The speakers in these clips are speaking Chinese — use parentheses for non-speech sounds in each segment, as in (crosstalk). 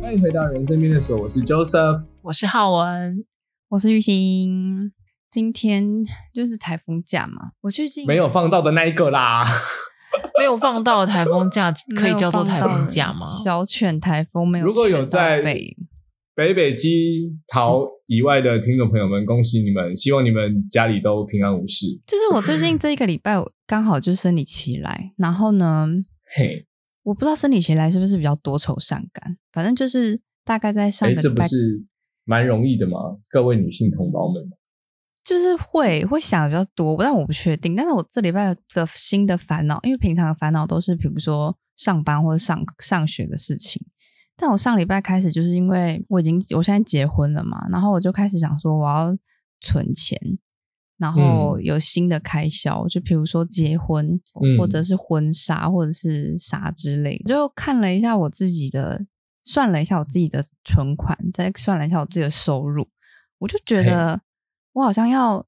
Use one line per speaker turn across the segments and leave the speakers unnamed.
欢迎回到人生面的所，我是 Joseph。
我是浩文，
我是玉兴。今天就是台风假嘛，我最近
没有放到的那一个啦，
没有放到台风假，
没有
可以叫做
放
台
到
风假吗？
小犬台风没有，
如果有在
北，
北北基桃以外的听众朋友们，恭喜你们！希望你们家里都平安无事。
就是我最
(clears throat)
近这一个礼拜，我刚好就生理期来，然后呢，
嘿，
我不知道生理期来是不是比较多愁善感，反正就是大概在上
哎，
个
这
礼
不
拜，
是蛮容易的吗？各位女性同胞们，
就是会会想的比较多，但我不确定。但是我这礼拜的新的烦恼，因为平常的烦恼都是比如说上班或者上上学的事情，但我上礼拜开始，就是因为我已经我现在结婚了嘛，然后我就开始想说我要存钱，然后有新的开销，就比如说结婚，
嗯
或者是婚纱，或者是啥之类的。就看了一下我自己的，算了一下我自己的存款，再算了一下我自己的收入，我就觉得我好像要，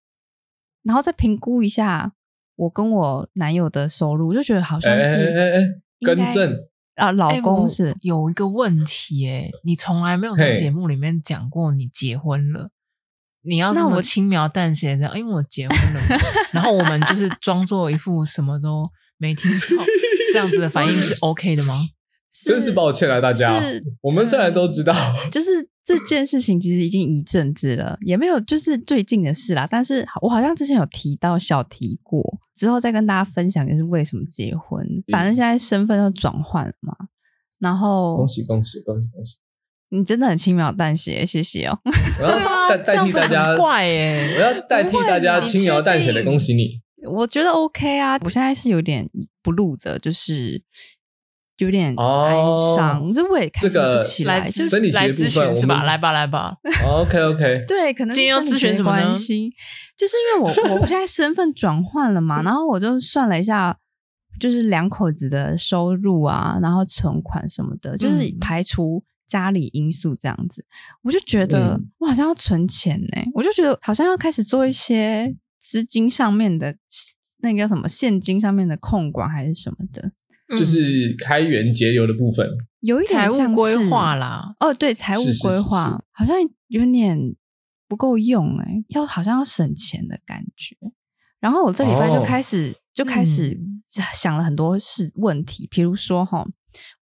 然后再评估一下我跟我男友的收入，我就觉得好
哎
像
哎
是
哎哎，
应
更
该
正，
啊，老
哎
公
我
是。
有一个问题哎、你从来没有在
嘿
节目里面讲过你结婚了，你要这
那
么
我
轻描淡写的，因为我结婚了， (laughs) 然后我们就是装作一副什么都没听到这样子的反应是 OK (laughs) 的吗？
真是抱歉了啊大家
是。嗯
我们虽然都知道，
就是这件事情其实已经一阵子了，也没有就是最近的事啦。但是我好像之前有提到小提过，之后再跟大家分享就是为什么结婚。
嗯
反正现在身份又转换了嘛，然后
恭喜恭喜恭喜恭喜！
你真的很轻描淡写，谢谢哦。
我要 (laughs) 代代替大
啊这样子
家
很怪哎、
我要代替大家
不会啦
轻描淡写的恭喜
(laughs)
你。
我觉得 OK 啊，我现在是有点不录的，就是有点哀
哦
伤，这我也开
这
心
个
不起来，
来
就是
生理
咨
学
来
部分
咨询是
我
吧？
们
来吧，来吧，
OK OK，
对，可能是
今天要
生理
咨询
学
什么呢
关系，就是因为我我现在身份转换了
(laughs) 嗯
嘛，然后我就算了一下，就是两口子的收入啊，然后存款什么的，就是
嗯
排除家里因素这样子，我就觉得
嗯
我好像要存钱呢、我就觉得好像要开始做一些资金上面的那个叫什么现金上面的控管还是什么的，
就是开源节流的部分。
有一
嗯财
点像
务规划
了。
啦，
哦，对，财务
是是
规
是
划
是
好像有点不够用哎、要好像要省钱的感觉。然后我这礼拜就
哦
开始、就开始
嗯
想了很多事问题，比如说哈，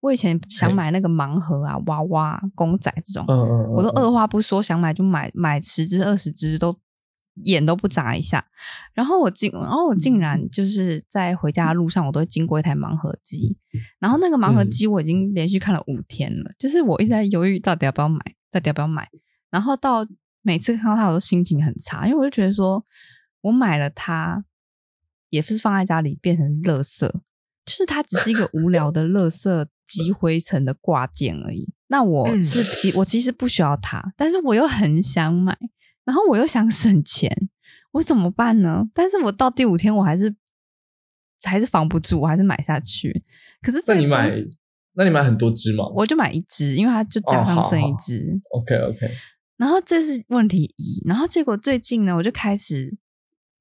我以前想
嘿
买那个盲盒啊、娃娃啊、公仔这种，
嗯嗯嗯，
我都二话不说想买就买，买十只二十只都眼都不眨一下。然后我竟，然后我竟
嗯
然就是在回家的路上，我都会经过一台盲盒机，然后那个
嗯
盲盒机我已经连续看了五天了，就是我一直在犹豫到底要不要买，到底要不要买。然后到每次看到它，我都心情很差，因为我就觉得说我买了它，也是放在家里变成垃圾，就是它只是一个无聊的垃圾积灰尘的挂件而已。那我
嗯
是其、我其实不需要它，但是我又很想买，然后我又想省钱，我怎么办呢？但是我到第五天我还是还是防不住，我还是买下去。可是这
那你
个中
买，那你买很多只嘛
我就买一只，因为它就架
哦好
上剩一
好
只。
？OK OK，
然后这是问题一，然后结果最近呢，我就开始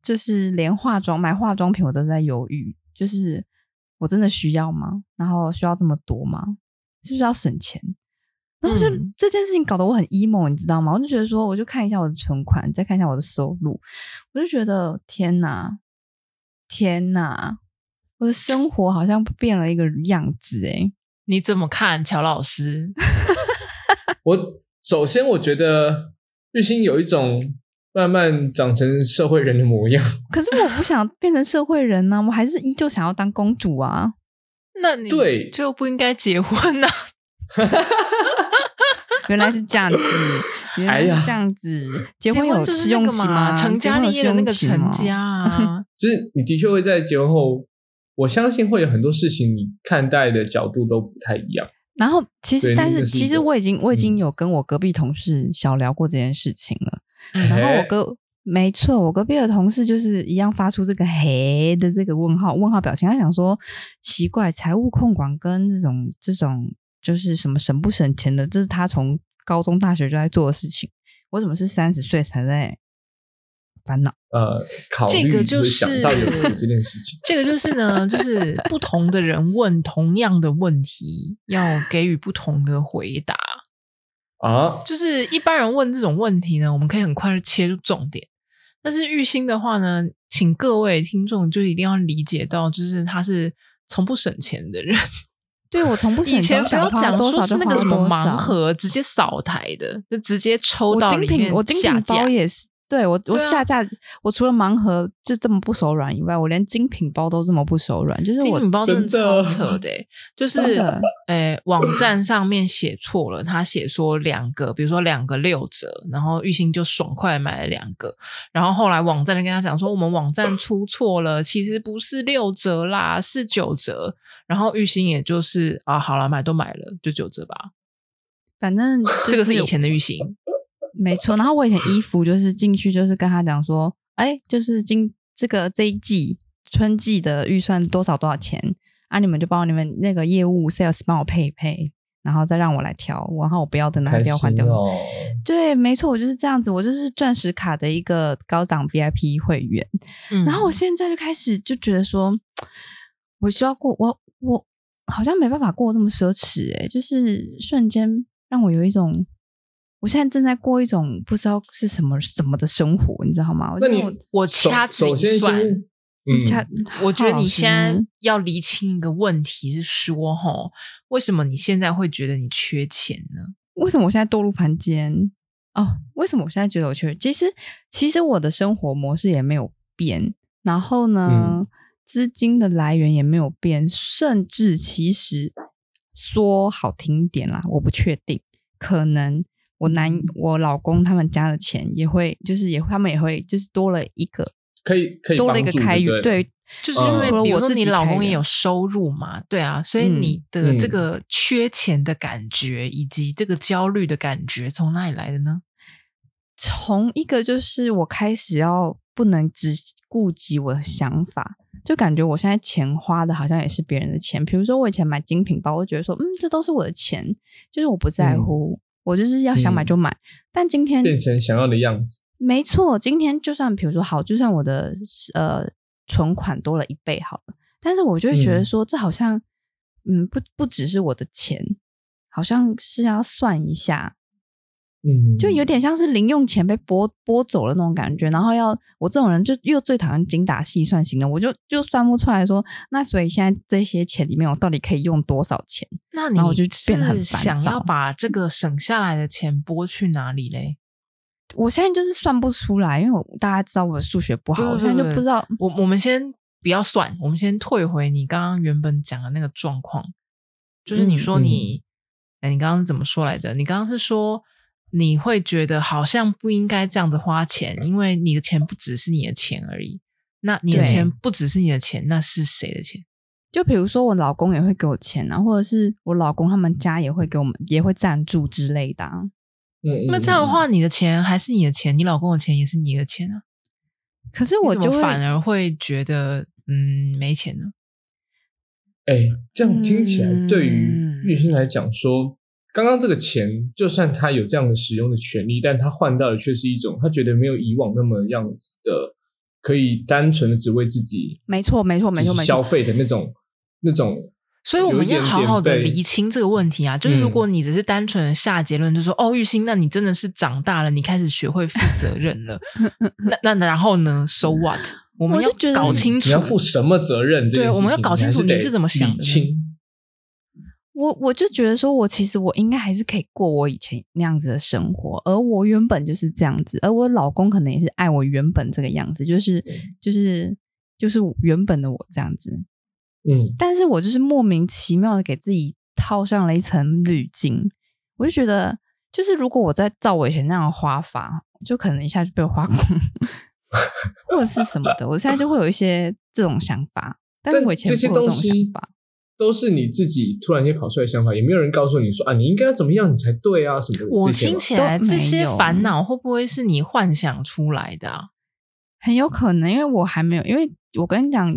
就是连化妆买化妆品我都在犹豫，就是我真的需要吗？然后需要这么多吗？是不是要省钱？然后就、
嗯
这件事情搞得我很 emo，你知道吗？我就觉得说，我就看一下我的存款，再看一下我的收入，我就觉得天哪，天哪，我的生活好像变了一个样子欸诶、
你怎么看乔老师？
我首先我觉得日新有一种慢慢长成社会人的模样， (laughs)
可是我不想变成社会人呐、啊我还是依旧想要当公主啊。
那你
对
就不应该结婚啊呐、
原来是这样子，原来
哎呀
是这样子。结婚
婚
有
就是
试
那
用
个
期
嘛
吗？
成家立业的那个成家啊，
(laughs)
就是你的确会在结婚后，我相信会有很多事情你看待的角度都不太一样。
然后其实
对，
但
那
是
个是一
其实
个
我已经我已经
嗯
有跟我隔壁同事小聊过这件事情了。嗯然后
嘿
我隔没错，我隔壁的同事就是一样发出这个“嘿”的这个问号问号表情，他想说奇怪，财务控管跟这种这种就是什么省不省钱的，这是他从高中大学就在做的事情，我怎么是三十岁才在烦恼？
呃，考虑
这个就
会
是，
想到有这件事
(laughs)
情
这个就是呢，就是不同的人问同样的问题，要给予不同的回答。
啊，
就是一般人问这种问题呢，我们可以很快就切入重点。但是玉兴的话呢，请各位听众就一定要理解到，就是他是从不省钱的人。
对我从不省
以前不
想
要
花
讲
多
说
少
是
就
那个
花
什么
多
盲
少
盒，直接扫台的，就直接抽
我
到
精
里
品，
面
我精
下
品
架
包也是，对我我
对啊
下架，我除了盲盒就这么不手软以外，我连精品包都这么不手软，就是
精
我
品包真的
真的
超扯的欸、
(laughs)
就是
真的
诶、网站上面写错了，他写说两个，比如说两个六折，然后玉兴就爽快地买了两个，然后后来网站就跟他讲说我们网站出错了，其实不是六折啦，是九折，然后玉兴也就是啊，好了，买都买了，就九折吧，
反正、就是、
(laughs) 这个是以前的玉兴，
没错。然后我以前衣服就是进去就是跟他讲说，哎，就是今这个这一季春季的预算多少多少钱啊？你们就帮我你们那个业务 sales 帮我配一配，然后再让我来挑，然后我不要的拿
开
掉
心
换掉。
哦，
对，没错，我就是这样子，我就是钻石卡的一个高档 VIP 会员。
嗯
然后我现在就开始就觉得说，我需要过我我好像没办法过这么奢侈诶、就是瞬间让我有一种，我现在正在过一种不知道是什么什么的生活，你知道吗？我
那
觉得
你
我
我
首
掐指
首
一
先
算
先，嗯，
恰
我觉得你现在
好老师
要厘清一个问题是说，吼，为什么你现在会觉得你缺钱呢？
为什么我现在堕入凡间？哦，为什么我现在觉得我缺？其实，其实我的生活模式也没有变，然后呢，
嗯
资金的来源也没有变，甚至其实说好听一点啦，我不确定，可能我男、
嗯
我老公他们家的钱也会，就是也他们也会，就是多了一个
可以可以
多了一
帮
个
助
开
对不
源，
对
对，
就是
嗯
因
除
为
了
比如
我
说
自
你
己
老
开
公
的
也有收入嘛，对啊，所以
嗯
你的这
嗯
个缺钱的感觉以及这个焦虑的感觉从哪里来的呢？
从一个就是我开始要不能只顾及我的想法，就感觉我现在钱花的好像也是别人的钱。比如说我以前买精品包，我就觉得说，嗯，这都是我的钱，就是我不在乎，我就是要想买就买。但今天
变成想要的样子，
没错，今天就算比如说好，就算我的呃存款多了一倍好了，但是我就会觉得
嗯
说，这好像嗯不不只是我的钱，好像是要算一下，
嗯，
就有点像是零用钱被拨拨走了那种感觉。然后要我这种人就又最讨厌精打细算型的，我就就算不出来说，那所以现在这些钱里面我到底可以用多少钱？
那
然后我
你
就变得很
是
烦
想要
躁
把这个省下来的钱拨去哪里嘞？
我现在就是算不出来，因为我大家知道我的数学不好，
对
我现在就不知道。
我我们先不要算，我们先退回你刚刚原本讲的那个状况，就是
嗯
你说你，哎、你刚刚怎么说来着？你刚刚是说你会觉得好像不应该这样子花钱，因为你的钱不只是你的钱而已。那你的
对
钱不只是你的钱，那是谁的钱？
就比如说我老公也会给我钱啊，或者是我老公他们家也会给我们也会赞助之类的、啊。
嗯，嗯
那这样的，
嗯
话，你的钱还是你的钱，你老公的钱也是你的钱啊。
可是我
你怎么
就会
反而会觉得，嗯，没钱呢。
哎，这样听起来
嗯
对于玉兴来讲说。刚刚这个钱，就算他有这样的使用的权利，但他换到的却是一种他觉得没有以往那么样子的，可以单纯的只为自己
没错没错没错
就是
没
消
错，
费的那种那种
所以我们要好好的
有一点点被嗯
厘清这个问题啊，就是如果你只是单纯的下结论，就说、哦，玉兴，那你真的是长大了，你开始学会负责任 (laughs) 了。那那那然后呢？So what？我们
我
要
就觉得
搞清
嗯
楚
你要负什么责任这件事情？
对我们要搞清楚
还得
你是怎么想的
理清
我我就觉得说，我其实我应该还是可以过我以前那样子的生活，而我原本就是这样子，而我老公可能也是爱我原本这个样子，就是就是就是原本的我这样子，
嗯，
但是我就是莫名其妙的给自己套上了一层滤镜，我就觉得，就是如果我再照我以前那样的花法，就可能一下就被我花光， (laughs) 或者是什么的，我现在就会有一些这种想法，但是我以前
这些
不会有
东
这种想
西
法。
都是你自己突然间跑出来的想法，也没有人告诉你说啊，你应该要怎么样你才对啊什么的。
我
这些
听
嘛
起来
都没
这
有
些烦恼会不会是你幻想出来的、啊？
很有可能，因为我还没有，因为我跟你讲，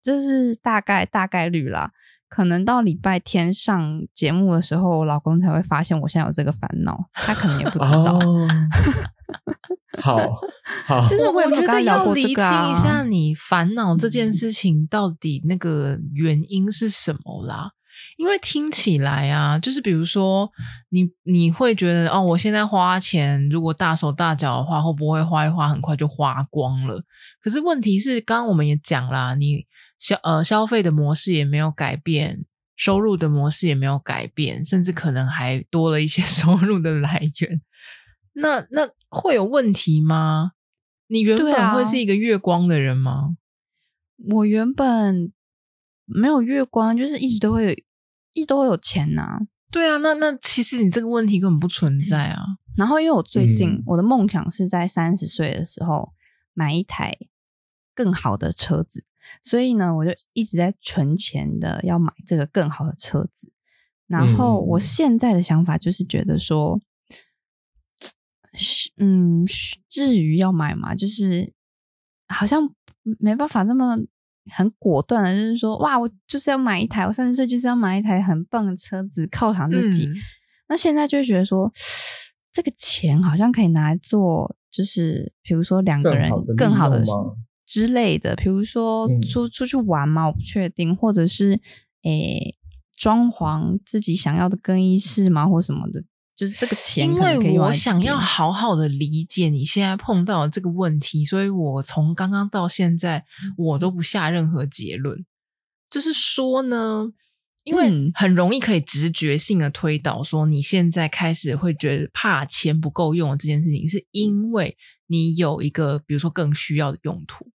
这是大概大概率啦。可能到礼拜天上节目的时候，我老公才会发现我现在有这个烦恼，他可能也不知道。 (laughs)
哦，好好，
就是我也
我
没有
觉
跟他
得
聊
要
过
厘
这
清一
个啊。
下你烦恼这件事情到底那个原因是什么啦。因为听起来啊，就是比如说你你会觉得哦，我现在花钱，如果大手大脚的话，会不会花一花很快就花光了？可是问题是，刚刚我们也讲啦，你消呃消费的模式也没有改变，收入的模式也没有改变，甚至可能还多了一些 (laughs) 收入的来源。那那会有问题吗？你原
对啊
本会是一个月光的人吗？
我原本没有月光，就是一直都会有，一直都会有钱拿、
对啊，那那其实你这个问题根本不存在啊。
然后因为我最近、
嗯
我的梦想是在三十岁的时候买一台更好的车子，所以呢，我就一直在存钱的要买这个更好的车子。然后
嗯
我现在的想法就是觉得说，是嗯，是至于要买嘛，就是好像没办法这么很果断的，就是说，哇，我就是要买一台，我三十岁就是要买一台很棒的车子，犒赏自己。
嗯
那现在就会觉得说，这个钱好像可以拿来做，就是比如说两个人更
更
好
好的
的
利用吗
之类的，比如说
嗯
出、出去玩嘛，我不确定，或者是诶装潢自己想要的更衣室嘛，或什么的，就是这个钱
因
可能可以
为
用来
我想要
别的
好好的理解你现在碰到的这个问题，所以我从刚刚到现在，
嗯
我都不下任何结论。就是说呢，因为
嗯
很容易可以直觉性的推导说，你现在开始会觉得怕钱不够用的这件事情，是因为你有一个比如说更需要的用途。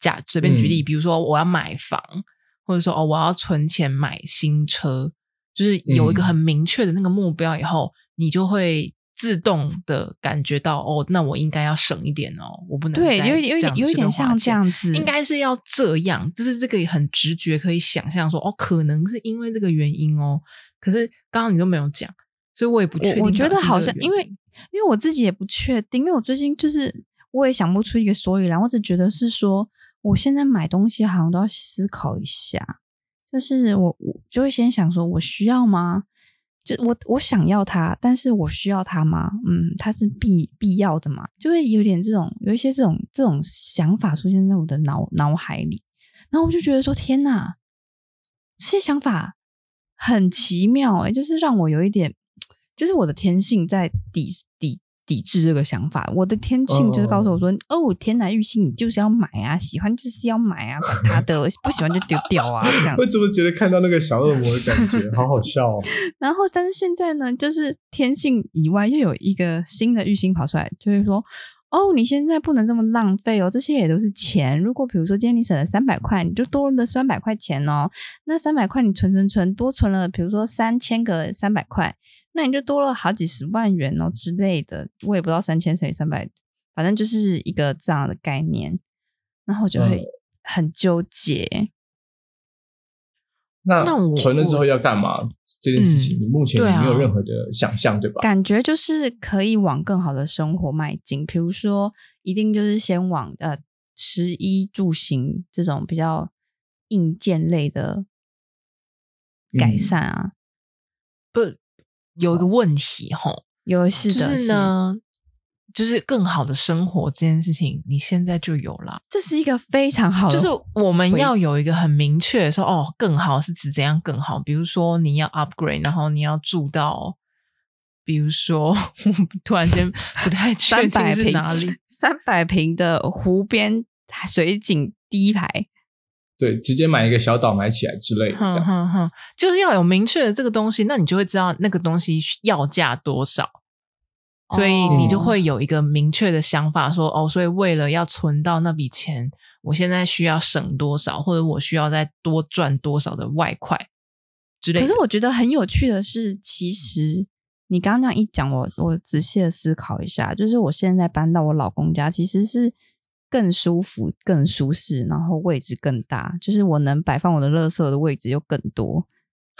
假随便举例，
嗯
比如说我要买房，或者说哦我要存钱买新车，就是有一个
嗯
很明确的那个目标以后，你就会自动的感觉到哦，那我应该要省一点哦，我不能
对，
再
有一有一
这样
点有一
随便
点
花
像这
钱。
样子，
应该是要这样，就是这个也很直觉可以想象说，哦，可能是因为这个原因哦。可是刚刚你都没有讲，所以我也不确定
我我觉
到底
得
是
好
这个
像
原
因为
因
因为我自己也不确定，因为我最近就是我也想不出一个所以然，我只觉得是说我现在买东西好像都要思考一下，就是我我就会先想说我需要吗？就我我想要它，但是我需要它吗？嗯，它是必必要的嘛，就会有点这种有一些这种这种想法出现在我的脑脑海里，然后我就觉得说天哪，这些想法很奇妙哎、就是让我有一点，就是我的天性在抵抵抵制这个想法。我的天性就是告诉我说，哦，天哪，玉溪你就是要买啊，喜欢就是要买啊，管他的，不喜欢就丢掉啊，这样
(laughs) 我怎么觉得看到那个小恶魔的感觉，好好笑
(laughs)
哦！
然后，但是现在呢，就是天性以外又有一个新的育星跑出来，就会说：“哦，你现在不能这么浪费哦，这些也都是钱。如果比如说今天你省了三百块，你就多了三百块钱哦。那三百块你存存存，多存了，比如说三千个三百块，那你就多了好几十万元哦之类的。我也不知道三千乘以三百，反正就是一个这样的概念。然后我就会很纠结。
那
那我
存了之后要干嘛？这件事情，
嗯
你目前
对啊
没有任何的想象，对吧？
感觉就是可以往更好的生活迈进，比如说，一定就是先往呃食衣住行这种比较硬件类的改
嗯
善啊，
有一个问题吼，
有是
就
的
是，呢，就是更好的生活这件事情，你现在就有啦。
这是一个非常好的，
就是我们
回
要有一个很明确的说，哦，更好是指怎样更好？比如说你要 upgrade，然后你要住到，比如说， (laughs) 我突然间不太确
三
定
百
是
平
哪里。
三百平的湖边水景第一排，
对，直接买一个小岛买起来之类的，
哼
这样。
哼哼，就是要有明确的这个东西，那你就会知道那个东西要价多少，所以你就
哦
会有一个明确的想法说，哦，所以为了要存到那笔钱，我现在需要省多少，或者我需要再多赚多少的外快之类
可
的。
是我觉得很有趣的是，其实你刚刚这样一讲，我我仔细的思考一下，就是我现在搬到我老公家，其实是更舒服、更舒适，然后位置更大，就是我能摆放我的垃圾的位置又更多，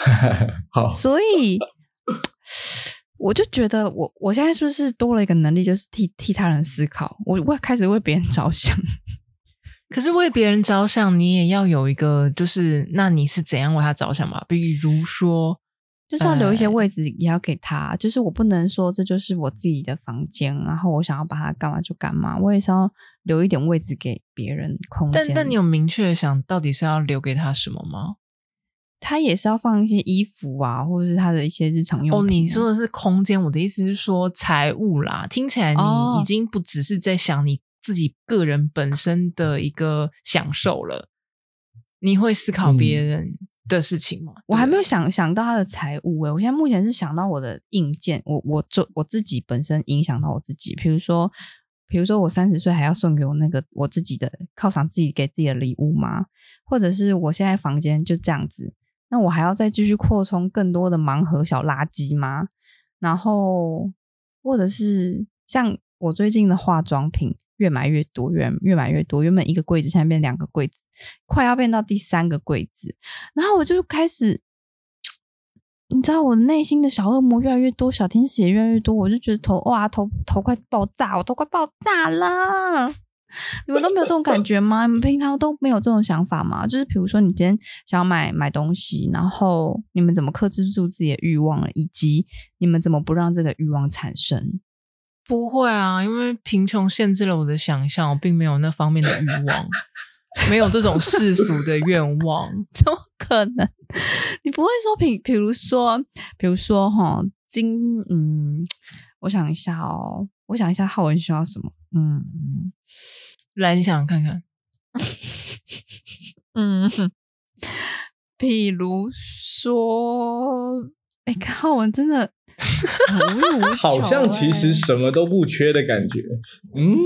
(laughs) 好，
所以我就觉得我我现在是不是多了一个能力，就是替替他人思考，我我开始为别人着想。
可是为别人着想，你也要有一个，就是那你是怎样为他着想嘛？比如说，
就是要留一些
呃
位置也要给他，就是我不能说这就是我自己的房间，然后我想要把它干嘛就干嘛，我也是要留一点位置给别人空间。
但但你有明确的想到底是要留给他什么吗？
它也是要放一些衣服啊，或者是它的一些日常用
哦，
品啊。
你说的是空间，我的意思是说财务啦。听起来
哦
你已经不只是在想你自己个人本身的一个享受了，你会思考别人的事情吗？
我还没有
对啊
想想到他的财务欸诶、我现在目前是想到我的硬件，我我做我自己本身影响到我自己，比如说，比如说我三十岁还要送给我那个我自己的犒赏自己给自己的礼物吗？或者是我现在房间就这样子，那我还要再继续扩充更多的盲盒小垃圾吗？然后或者是像我最近的化妆品越买越多，越越买越多，原本一个柜子现在变两个柜子，快要变到第三个柜子，然后我就开始，你知道我内心的小恶魔越来越多，小天使也越来越多，我就觉得头哇头头快爆炸，我头快爆炸了。你们都没有这种感觉吗？你们平常都没有这种想法吗？就是比如说，你今天想要买买东西，然后你们怎么克制住自己的欲望了，以及你们怎么不让这个欲望产生？
不会啊，因为贫穷限制了我的想象，我并没有那方面的欲望，没有这种世俗的愿望。
怎么 (laughs) 可能？你不会说，比比如说，比如说哈，今嗯，我想一下哦，我想一下，浩文需要什么？嗯
来，你想想看看，
嗯， (laughs) 比如说，哎、看浩文真 (laughs) 的很无聊
好像其
欸
实什么都不缺的感觉。嗯，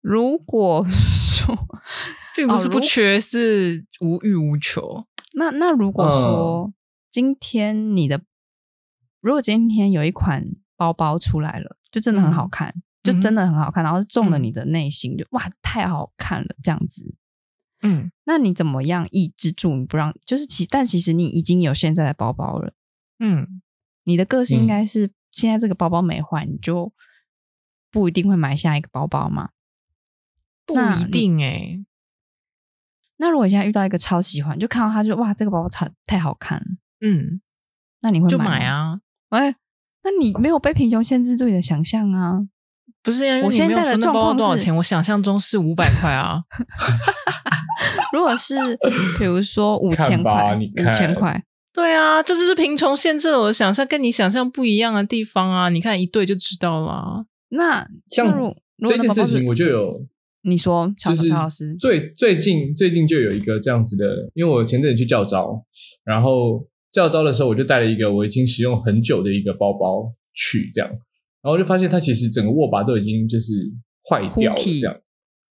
如果说 (laughs)
并不是不缺，是无欲无求。
那那如果
嗯
说、今天你的，如果今天有一款包包出来了，就真的很好
嗯
看，就真的很好看，然后中了你的内心，就哇太好看了这样子。
嗯，
那你怎么样抑制住你不让？就是其但其实你已经有现在的包包了，
嗯，
你的个性
嗯
应该是现在这个包包没坏，你就不一定会买下一个包包嘛。
不
那
一
你
定哎、
那如果你现在遇到一个超喜欢，就看到它就哇这个包包太太好看了，
嗯，
那你会
就
吗
买？啊，
哎、那你没有被贫穷限制住你的想象啊？
不是呀、因为
我
你
现
没有
在的
说那
状
包包
况
多少
是
钱，我想象中是五百块 (laughs) 啊。
如果
(laughs)
是比如说五千
看吧
块，
你
五千
看
块，
对啊，这就是贫穷限制了我的想象，跟你想象不一样的地方啊！你看一对就知道了啊。
那
像
那如如
这
果那
件
宝宝
事
是
情我就有
你说，小
就是
小老师，
最最近最近就有一个这样子的，因为我前阵子去教招，然后教招的时候我就带了一个我已经使用很久的一个包包去这样，然后就发现它其实整个握把都已经就是坏掉了
Hooky
这样，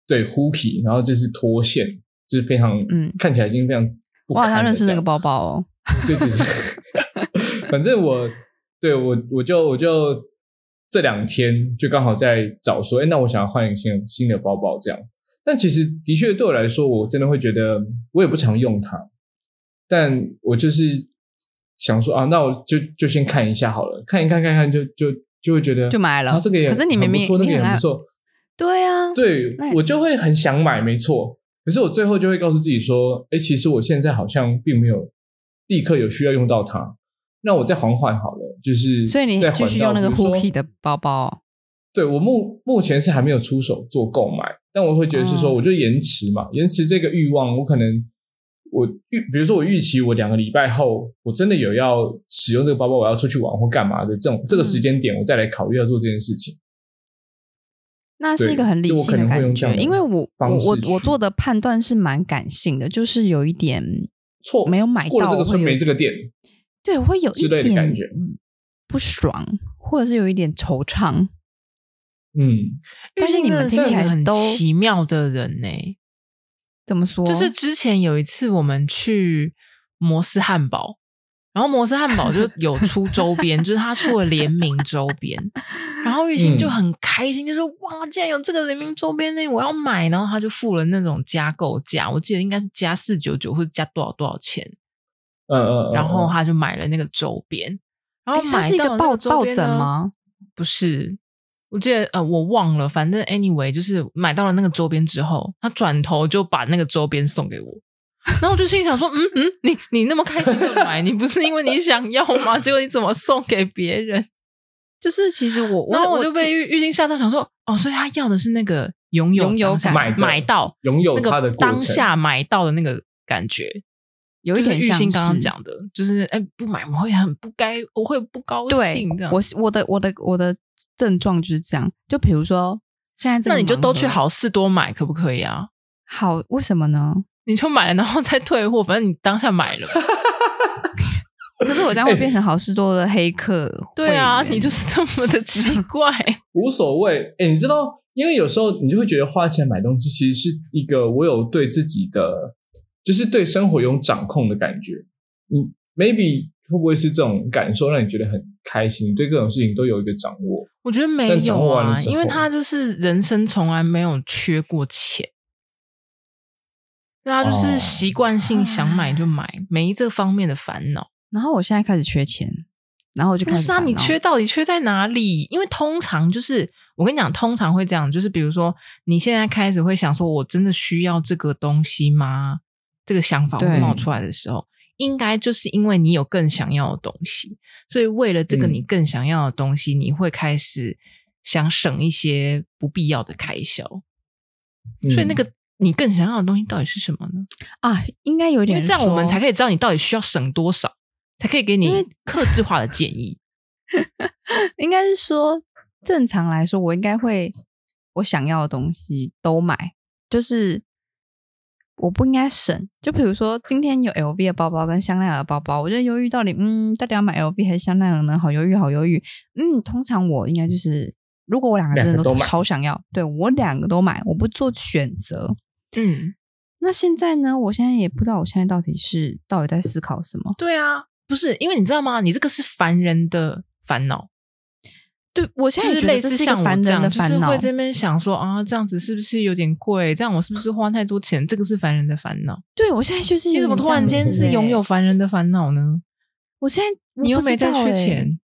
对 h o o k y 然后就是脱线，就是非常
嗯
看起来已经非常不
我好像
堪了
认识
这
那
样
个包包哦，
对对对， (laughs) 反正我对我我就我就这两天就刚好在找说，哎，那我想要换一个新新的包包这样。但其实的确对我来说，我真的会觉得我也不常用它，但我就是想说啊，那我就就先看一下好了，看一看看一看就就就会觉得
就买了
啊，这个也
可是你
很
明明
不错，那
你
个也
很
很
爱
不错，
对
(laughs)
啊，
对
那
我就会很想买，没错。可是我最后就会告诉自己说，哎，其实我现在好像并没有立刻有需要用到它，那我再缓缓好了。就是
所以你
再
继
缓
续
到
用那个
比如说
Hooky 的包包哦，
对我目目前是还没有出手做购买，但我会觉得是说，
哦
我就延迟嘛，延迟这个欲望，我可能我预，比如说我预期我两个礼拜后，我真的有要使用这个包包，我要出去玩或干嘛的这种这个
嗯
时间点，我再来考虑要做这件事情。
那是
对
一个很理
就我
性
可
的
能会
感
用这
觉，
样的
因为我我
方式
我我
去
做的判断是蛮感性的，就是有一点
错，
没有买
过了
到
这个
会
村
有
没
一
这个店，
对，我会有一
之类的
点
感觉
嗯不爽，或者是有一点惆怅。
嗯。
但是你们
玉兴真的
听起来
是一个很
都
奇妙的人欸呢、
怎么说？
就是之前有一次我们去摩斯汉堡，然后摩斯汉堡就有出周边，就是他出了联名周边，然后玉兴就很开心，就说哇，竟然有这个联名周边呢，我要买。然后他就付了那种加购价，我记得应该是加四九九或者加多少多少钱，
嗯嗯，嗯
然后
嗯
他就买了那个周边，然后
诶它
买
是一
到
个
的那
抱
周
抱
边
枕
呢
吗？
不是，我记得呃，我忘了，反正 anyway，就是买到了那个周边之后，他转头就把那个周边送给我。然后我就心想说，嗯嗯，你你那么开心的买，你不是因为你想要吗？结果你怎么送给别人？
就是其实我
然后
我
我就被玉玉金吓到，想说，哦，所以他要的是那个拥有
拥有
当下
感
买到
拥有
那
它的
个
过程
当下买到的那个感觉，
有一
就是
点
玉
像
兴刚刚
是
讲的，就是哎、不买我会很不该，我会不高
对
兴的。，
我是我的我的我的症状就是这样。就比如说现在这
那
个
你就
盲
都去
盒
好事多买，可不可以啊？
好，为什么呢？
你就买了，然后再退货，反正你当下买
(laughs)
了。
可是我这样会变成好事多的黑客
哎 (laughs) 对啊，
会员
你就是这么的
(laughs)
奇怪。
无所谓。哎，你知道，因为有时候你就会觉得花钱买东西，其实是一个我有对自己的，就是对生活有掌控的感觉。嗯，maybe 会不会是这种感受让你觉得很开心，对各种事情都有一个掌握？
我觉得没
但掌
有
握完
啊
了，之后
因为他就是人生从来没有缺过钱，那他就是
哦
习惯性想买就买，没这方面的烦恼。
然后我现在开始缺钱，然后我就开
不
始
是啊，
烦
你
恼
缺到底缺在哪里？因为通常就是我跟你讲，通常会这样，就是比如说你现在开始会想说，我真的需要这个东西吗？这个想法会
对
冒出来的时候，应该就是因为你有更想要的东西，所以为了这个
嗯
你更想要的东西，你会开始想省一些不必要的开销。
嗯
所以那个你更想要的东西到底是什么呢？
啊，应该有
因为
点
这样我们
说
才可以知道你到底需要省多少，才可以给
因
你
为
克制化的建议。
应该是说，正常来说，我应该会我想要的东西都买，就是我不应该省。就比如说，今天有 LV 的包包跟香奈儿的包包，我就犹豫到底，嗯，到底要买 LV 还是香奈儿呢？好犹豫，好犹豫。嗯，通常我应该就是，如果我两个真
两
的
个
都
都买
超想要，对我两个都买，我不做选择。
嗯，
那现在呢？我现在也不知道我现在到底是到底在思考什么。
对啊，不是因为你知道吗？你这个是凡人的烦恼，
对我现
就
在也
是
觉
类
得这
似
是一个
像我
烦
这
人
样，
的
就是
烦恼
会。这边想说啊，这样子是不是有点贵？这样我是不是花太多钱？这个是凡人的烦恼。
对我现在就是
你
有
怎么
点
突
这
然
样
间
子
是拥
欸
有凡人的烦恼呢？
我现在我
你又
不知
没在
道
哎
缺
欸
钱，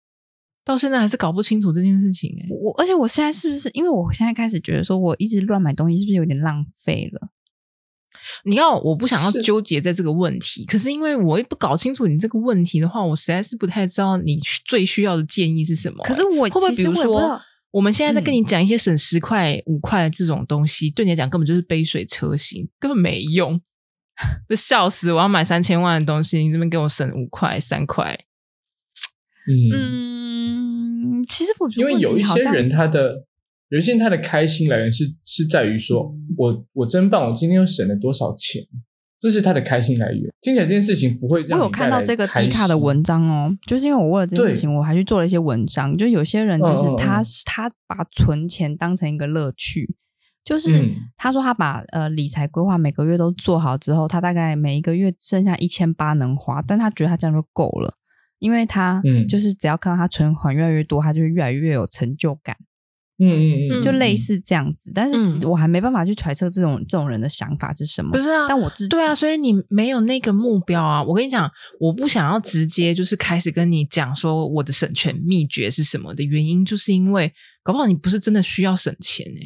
到现在还是搞不清楚这件事情哎、
我而且我现在是不是因为我现在开始觉得说我一直乱买东西是不是有点浪费了？
你要我不想要
是
纠结在这个问题，可是因为我也不搞清楚你这个问题的话，我实在是不太知道你最需要的建议是什么欸、
可是我
会不会
其
比如
实我也不知
说
道，
我们现在在跟你讲一些省十块、五块的这种东西，对你来讲根本就是杯水车薪，根本没用， (laughs) 就笑死！我要买三千万的东西，你这边给我省五块、三块，
嗯，
嗯，其实我觉得
因为有一些
问题好像
人他的。有一些人他的开心来源是是在于说，我我真棒，我今天又省了多少钱，这是他的开心来源。听起来这件事情不会
我
让
有
你
看
带
到
来
这个
开
迪卡的
心
文章哦，就是因为我为了这件事
对
情，我还去做了一些文章。就有些人就是
嗯嗯嗯
他、他把存钱当成一个乐趣，就是
嗯
他说他把呃理财规划每个月都做好之后，他大概每一个月剩下一千八能花，但他觉得他这样就够了，因为他
嗯
就是只要看到他存款越来越多，他就会越来越有成就感。
嗯嗯嗯，
就类
嗯
似这样子，但
嗯
是我还没办法去揣测这种这种人的想法是什么
不。是啊？
但我自己
对啊，，所以你没有那个目标啊！我跟你讲，我不想要直接就是开始跟你讲说我的省钱秘诀是什么的原因，就是因为搞不好你不是真的需要省钱哎、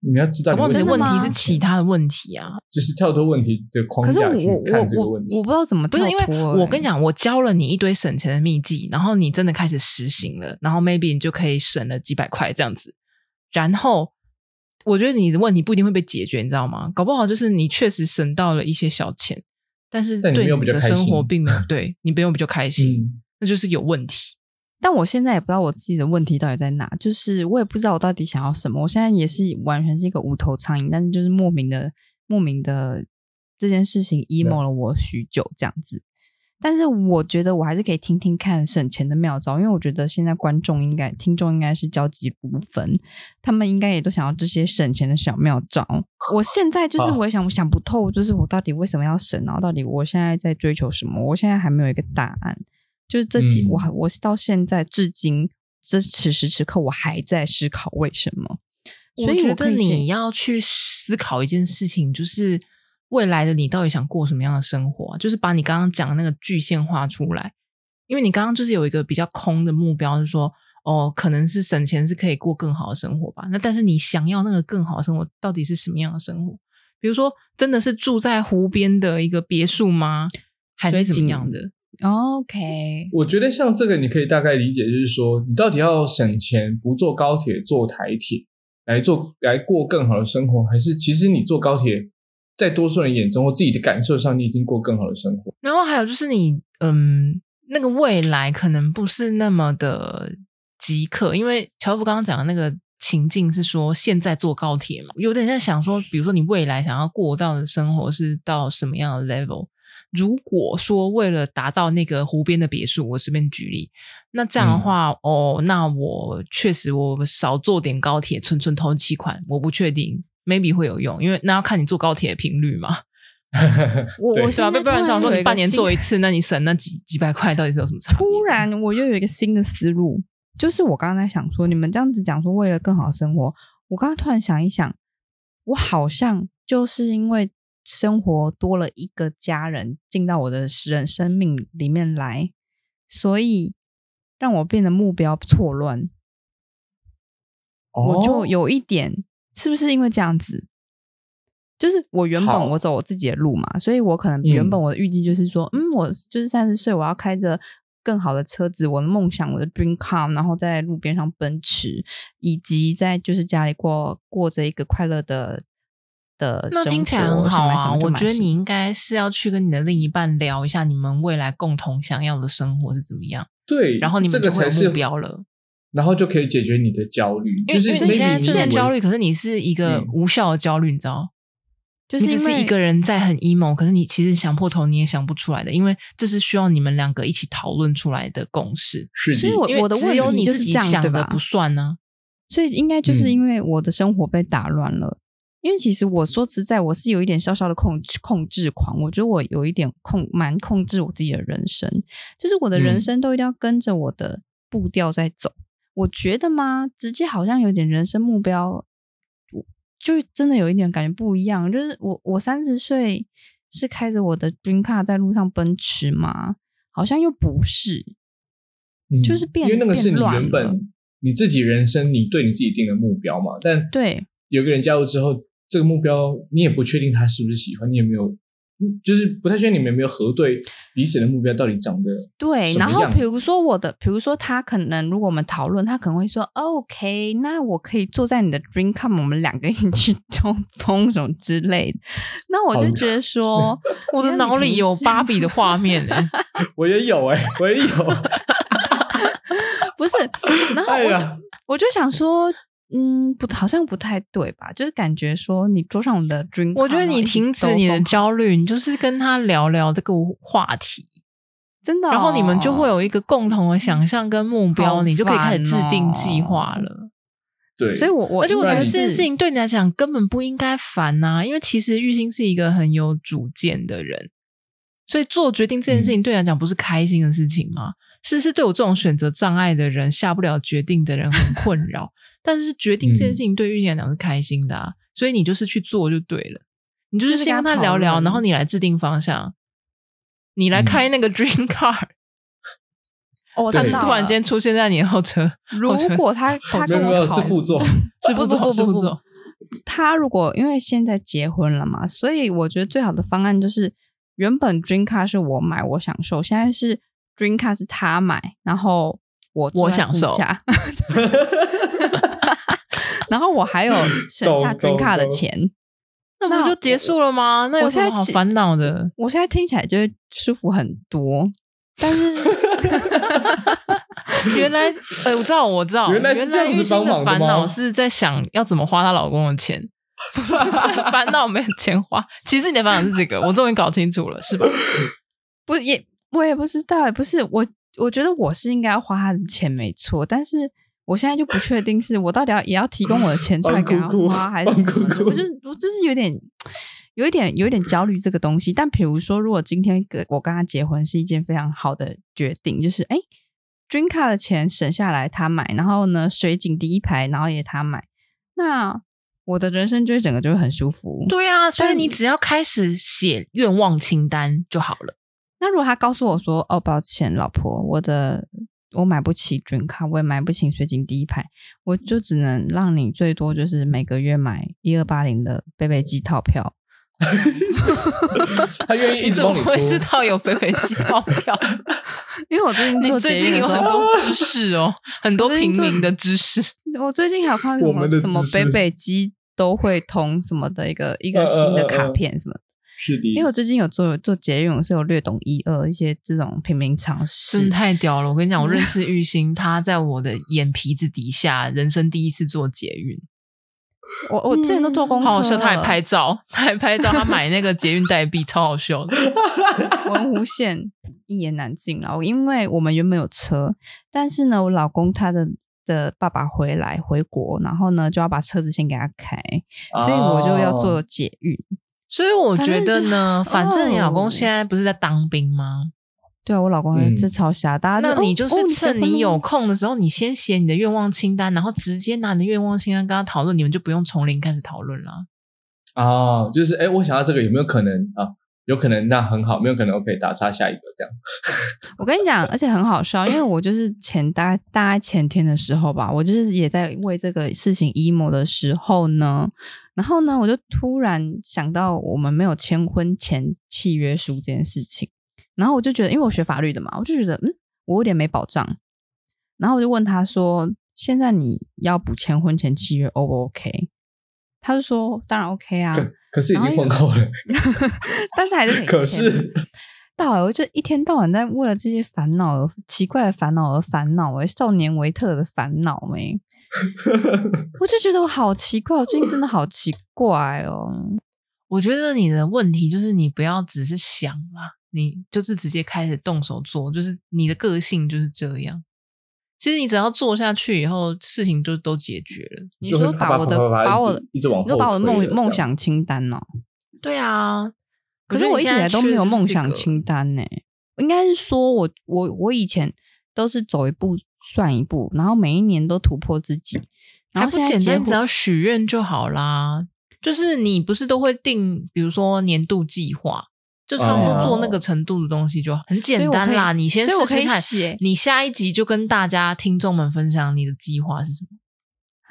你要知道
搞
你
不
为什
好你的
么
问
要
题
省
是
钱
其他的问题啊。
就是跳脱问题的框
可是
架
我
去
我
看这个
我我
问题。嗯
我不知道怎么
不是因
跳
为
脱
我跟你
欸，
讲，我教了你一堆省钱的秘籍，然后你真的开始实行了，然后 maybe 你就可以省了几百块这样子。然后我觉得你的问题不一定会被解决，你知道吗？搞不好就是你确实省到了一些小钱，但是
但你没
对
有比较
的
开
生活
心 (laughs)
并没有对你没有比较开心，
嗯，
那就是有问题。
但我现在也不知道我自己的问题到底在哪，就是我也不知道我到底想要什么。我现在也是完全是一个无头苍蝇，但是就是莫名的莫名的这件事情 emo 了我许久这样子。但是我觉得我还是可以听听看省钱的妙招，因为我觉得现在观众应该、听众应该是交集不分，他们应该也都想要这些省钱的小妙招。我现在就是
好
我也想，我想不透，就是我到底为什么要省，然后到底我现在在追求什么，我现在还没有一个答案。就是这几，
嗯
我还我到现在至今，这此时此刻，我还在思考为什么。所以
觉
可
得
以先
你要去思考一件事情，就是未来的你到底想过什么样的生活啊、就是把你刚刚讲的那个具现化出来。因为你刚刚就是有一个比较空的目标，是说哦，可能是省钱是可以过更好的生活吧。那但是你想要那个更好的生活，到底是什么样的生活？比如说，真的是住在湖边的一个别墅吗？还是
水
怎么
景
样的？
OK，
我觉得像这个，你可以大概理解，就是说你到底要省钱，不坐高铁，坐台铁来做来过更好的生活，还是其实你坐高铁在多数人眼中或自己的感受上，你已经过更好的生活。 (laughs)
然后还有就是你，嗯，那个未来可能不是那么的即刻，因为乔夫刚刚讲的那个情境是说现在坐高铁嘛，有点在想说，比如说你未来想要过到的生活是到什么样的 level。如果说为了达到那个湖边的别墅，我随便举例，那这样的话，哦，那我确实我少坐点高铁，存存头期款，我不确定，maybe 会有用，因为那要看你坐高铁的频率嘛。
我
对
对
我
啊，
现在
被不然想说
突有
你
一个
半年
新
做一次，那你省那几几百块到底是有什么差别？
突然我又有一个新的思路，就是我刚刚在想说，你们这样子讲说为了更好生活，我刚刚突然想一想，我好像就是因为生活多了一个家人进到我的人生命里面来，所以让我变得目标错乱，我
哦
哦
就有一点是不是因为这样子？就是我原
好
本我走我自己的路嘛，所以我可能原本我的预计就是说，嗯我就是三十岁，我要开着更好的车子，我的梦想，我的 dream come，然后在路边上奔驰，以及在就是家里过过着一个快乐的的
那
生
听起来
活
很
想
好
买什
啊，
么就
我
买
觉得
什么
你应该是要去跟你的另一半聊一下，你们未来共同想要的生活是怎么样，
对，
然后你
这
们
个
就会
才
有
是
目标了。
然后就可以解决你的焦虑，
因
就
为
是
因为你
maybe
现在
以
正在
为
焦虑，可是你是一个
嗯
无效的焦虑，你知道？
就
你只
因
是
为
一个人在很 emo，可是你其实想破头你也想不出来的，因为这是需要你们两个一起讨论出来的共识。
是的
所以我
因为
我的
只
问
有
题
你
就
自
是
己
这样对
想的
吧？
不算啊呢、
所以应该就是
嗯
因为我的生活被打乱了。因为其实我说实在，我是有一点小小的控制控制狂，我觉得我有一点控蛮控制我自己的人生，就是我的人
嗯
生都一定要跟着我的步调在走。我觉得嘛，直接好像有点人生目标，我就真的有一点感觉不一样。就是我我三十岁是开着我的 dream car 在路上奔驰嘛，好像又不是，
嗯
就是变
因为那个是你
变乱
原
了
本你自己人生你对你自己定的目标嘛，但
对，
有个人加入之后，这个目标你也不确定他是不是喜欢，你也没有，嗯就是不太确定你们有没有核对彼此的目标到底长得
对，
什么
然后
样
比如
子
说我的，比如说他可能，如果我们讨论，他可能会说，OK，那我可以坐在你的 dream c o m 我们两个一起去
(laughs)
兜风什么之类的。那我就
好
觉得说，
我的
那
脑
你
里有
是
芭比的画面、欸，
(laughs) 我也有哎、我 (laughs)
(laughs)
也有，
不是，
(laughs)
然后
哎
我就、
呀，
我就想说，嗯，不，好像不太对吧？就是感觉说，你坐上我的 dream，
我觉
car，
得
然后
你
一起
停
兜
止你的
风
焦虑，你就是跟他聊聊这个话题，
真的哦、
然后你们就会有一个共同的想象跟目标，
好
你就可以开始制定
烦哦
计划了。
对，
所以我我
而且我
不
觉
然
得
你
这件事情对你来讲根本不应该烦呐、因为其实玉兴是一个很有主见的人，所以做决定这件事
嗯
情对你来讲不是开心的事情吗？是是对我这种选择障碍的人、下不了决定的人很困
(laughs)
扰，但是决定这
嗯
件事情对玉兴来讲是开心的啊，所以你就是去做就对了，你就是
就是
先
跟
跟他
他讨
聊聊，
论嗯
然后你来制定方向，你来开那个 dream car，、
哦我
对
他就
知道
突然
了
间出现在你的后车，
如
后车
果他他
没
跟
有没
我
有
讨
是副
论
座，
是
不
不
不
走，是
不
不
不
走。
他如果因为现在结婚了嘛，所以我觉得最好的方案就是，原本 dream car 是我买我享受，现在是 dream car 是他买，然后我坐
我
在
享
副
受
驾 (laughs) 然后我还有省下
懂
dream car 的
懂懂
钱，
那不
那
就结束了吗？那有
我
什么
现在
好
起
烦恼的？
我现在听起来就会舒服很多。但是
(laughs)
(laughs)
原来，呃，我知道，我知道，
原
原
来是这样子
玉兴
帮忙的
的烦
吗
恼是在想要怎么花她老公的钱，不
(laughs)
是在烦恼没有钱花。其实你的烦恼是这个，我终于搞清楚了，是吧？
不也我也不知道，欸也不是我，我觉得我是应该要花他的钱没错，但是我现在就不确定是我到底要也要提供我的钱出来给他
帮姑姑
花，还是什么
帮姑
的？
姑
我就是我就是有点。有一点有一点焦虑这个东西，但比如说，如果今天跟我跟他结婚是一件非常好的决定，就是哎，dream car 的钱省下来他买，然后呢，水景第一排然后也他买，那我的人生就会整个就会很舒服。
对啊，所以
但
你只要开始写愿望清单就好了。
那如果他告诉我说：“哦，抱歉，老婆，我的我买不起 dream 卡，我也买不起水晶第一排，我就只能让你最多就是每个月买一二八零的贝贝机套票。
(laughs) 他愿意一直
怎
帮
(laughs)
么
你
会知
出，
道有北
(laughs)
北机套 (laughs) 票？
因为我最近
你
做
最
捷
近
运
有
的时
很
候，
多知识哦，很多
我最近
平
做
民的知识。
我最近还有看到什
我们
么
的
什么
知识嗯
北北机都会通什么的一个一个新的卡片什么的。
是的，
因为我最近有做做捷运，我是有略懂一二一些这种平民常
真
识
的。太屌了！我跟你讲，我认识玉兴，他在我的眼皮子底下，人生第一次做捷运，
我我之前都坐公车了，
嗯好好笑。他还拍照，他还拍照，他买那个捷运代币，超好笑的。
文湖线一言难尽了。我因为我们原本有车，但是呢，我老公他的的爸爸回来回国，然后呢就要把车子先给他开，所以我就
哦
要做捷运。
(laughs) 所以我觉得呢，反
反正就
正你老
哦
公现在不是在当兵吗？
对啊，我老公还
嗯
这超瞎，大家
那
就
你就是
哦哦结
趁
婚
你
了
有
吗
空的时候，你先写你的愿望清单，然后直接拿你的愿望清单跟他讨论，你们就不用从零开始讨论啦。
啊、哦就是哎、我想要这个有没有可能啊？有可能，那很好；没有可能，OK，打叉下一个这样。
我跟你讲，而且很好笑，因为我就是前大概大概前天的时候吧，我就是也在为这个事情 emo 的时候呢，然后呢，我就突然想到我们没有签婚前契约书这件事情，然后我就觉得，因为我学法律的嘛，我就觉得嗯，我有点没保障，然后我就问他说，现在你要不签婚前契约 O 不 OK？他就说当然 OK 啊，
可可是已
然
经
后
混够了，
(laughs) 但是还是
可
得签。
是
到欸我就一天到晚在为了这些烦恼而奇怪的烦恼而烦恼、欸，少年维特的烦恼没、我就觉得我好奇怪，我最近真的好奇怪哦。
我觉得你的问题就是你不要只是想啦，你就是直接开始动手做，就是你的个性就是这样。其实你只要做下去以后，事情就都解决了。
你
就会
说
啪
把
啪
我
啪
的
啪啪
把
一
我
直
的，
一直往
你说把我
后
的
推了
梦
这
梦
样
想清单哦。
对啊，
可是
你
我一直
现
以
在
来都
缺
没
的
有
就是
梦
这
想
个
清单呢、应该是说我我我以前都是走一步算一步，然后每一年都突破自己，然
还
后
不
现在
简
结
单，
婚
只要许愿就好啦。就是你不是都会定，比如说年度计划，就差不多做
哦
那个程度的东西就好很简单啦。你先
所以
试
我可
试
以
看，
写
你下一集就跟大家听众们分享你的计划是什么。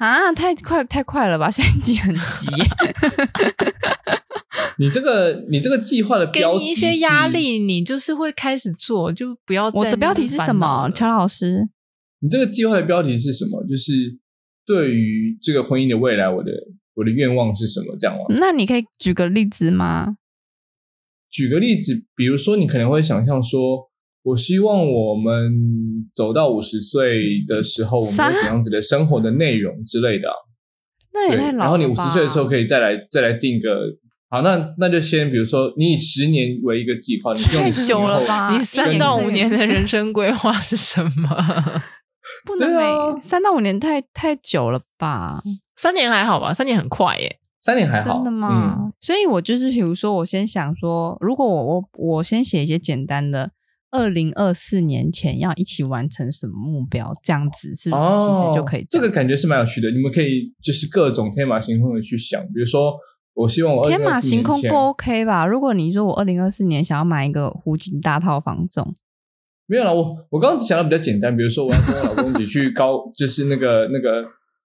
啊，太快太快了吧，现在已经很
(laughs)
急欸、
你这个你这个计划的
给
标题
你一些压
是，
力，你就是会开始做，就不要再
我的标题是
那么
什
烦恼
么？
了
乔老师，
你这个计划的标题是什么？就是对于这个婚姻的未来，我的我的愿望是什么？这样吗？
那你可以举个例子吗？
举个例子，比如说你可能会想象说，我希望我们走到五十岁的时候，我们
啥
有怎样子的生活的内容之类的啊、
那也
对，
太老了吧。
然后你五十岁的时候
以，
可以再来再来定个。好，那那就先比如说，你以十年为一个计划，你用
太
你10
久
年
了
后
吧
你三到五年的人生规划是什么？ (laughs)
不能
对
每、
啊
三到五年太太久了吧？
三年还好吧，三年很快耶。
三年还好，
真的吗？
嗯
所以我就是，比如说，我先想说，如果我我我先写一些简单的，二零二四年前要一起完成什么目标，这样子是不是其实就可以
哦？这
这样
个感觉是蛮有趣的，你们可以就是各种天马行空的去想，比如说，我希望我
天马
2024
行空
年前
不 OK 吧？如果你说我二零二四年想要买一个湖景大套房，这种
没有啦，我我刚刚只想到比较简单，比如说我要跟我老公一起去高，就是那个那个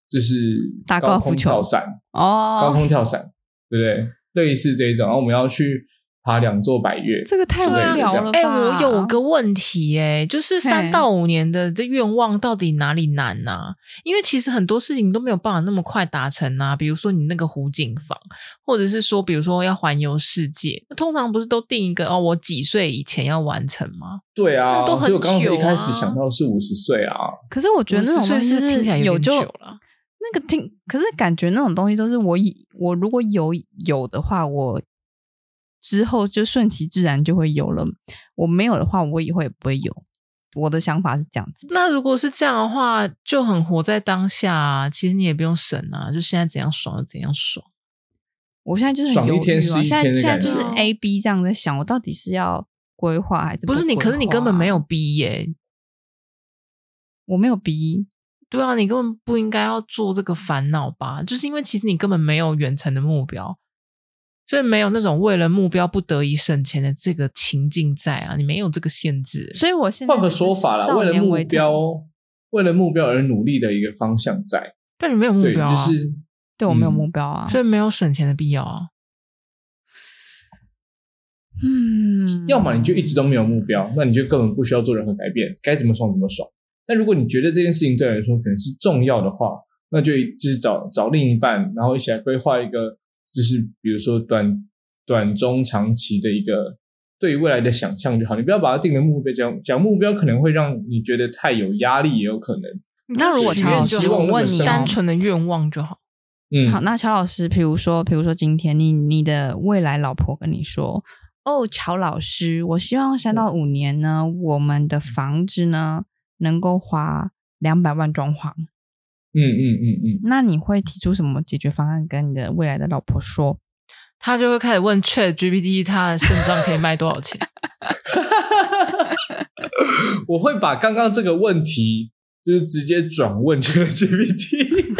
就是
打高
高
尔夫
空
球
跳伞，高
哦，
空跳伞，对不对？类似这一种，然后我们要去爬两座百岳，
这个太无
对这
聊
样
了吧？
哎、我有个问题、哎，就是
嘿
三到五年的这愿望到底哪里难呢、因为其实很多事情都没有办法那么快达成啊，比如说你那个湖景房，或者是说，比如说要环游世界，那通常不是都定一个哦，我几岁以前要完成吗？
对啊，
那都很
所以我刚刚一开始
久啊
想到是五十岁啊，
可是我觉得那种
50岁
东西
是听起来
有
有点
就
久了啊
那个听，可是感觉那种东西都是我以我如果有有的话，我之后就顺其自然就会有了；我没有的话，我以后也不会有。我的想法是这样子，
那如果是这样的话，就很活在当下、啊。其实你也不用省啊，就现在怎样爽就怎样爽。
我现在就是
爽
很犹
一天
豫
是
啊，
一
现在
天
现
的
在
感
就
觉
是
啊
A B 这样在想，我到底是要规划还是
不是你，
规
可是你根本
划啊
没有，毕业、
我没有 B，
对啊，你根本不应该要做这个烦恼吧？就是因为其实你根本没有远程的目标，所以没有那种为了目标不得已省钱的这个情境在啊，你没有这个限制。
所以我现在
换个
就是
说法啦，
少
为了
年
目
维特
标，为了目标而努力的一个方向在，
但你没有目
对，
标啊，
就是
对我没有
嗯
目标啊，
所以没有省钱的必要啊。
嗯，
要么你就一直都没有目标，那你就根本不需要做任何改变，该怎么爽怎么爽。但如果你觉得这件事情对你来说可能是重要的话，那就一就是找找另一半，然后一起来规划一个，就是比如说短短中长期的一个对于未来的想象就好。你不要把它定的目标，讲讲目标可能会让你觉得太有压力，也有可能。
那如果
许
乔
愿
老
就好
师，我
望那
问
么
你
深，
单纯的愿望就好。
嗯，
好，那乔老师，比如说，比如说今天你你的未来老婆跟你说，哦，乔老师，我希望三到五年呢，我们的房子呢能够花两百万装潢，
嗯嗯嗯嗯，
那你会提出什么解决方案跟你的未来的老婆说？
他就会开始问 Chat GPT，他的肾脏可以卖多少钱？
我会把刚刚这个问题就是直接转问 (laughs) ChatGPT。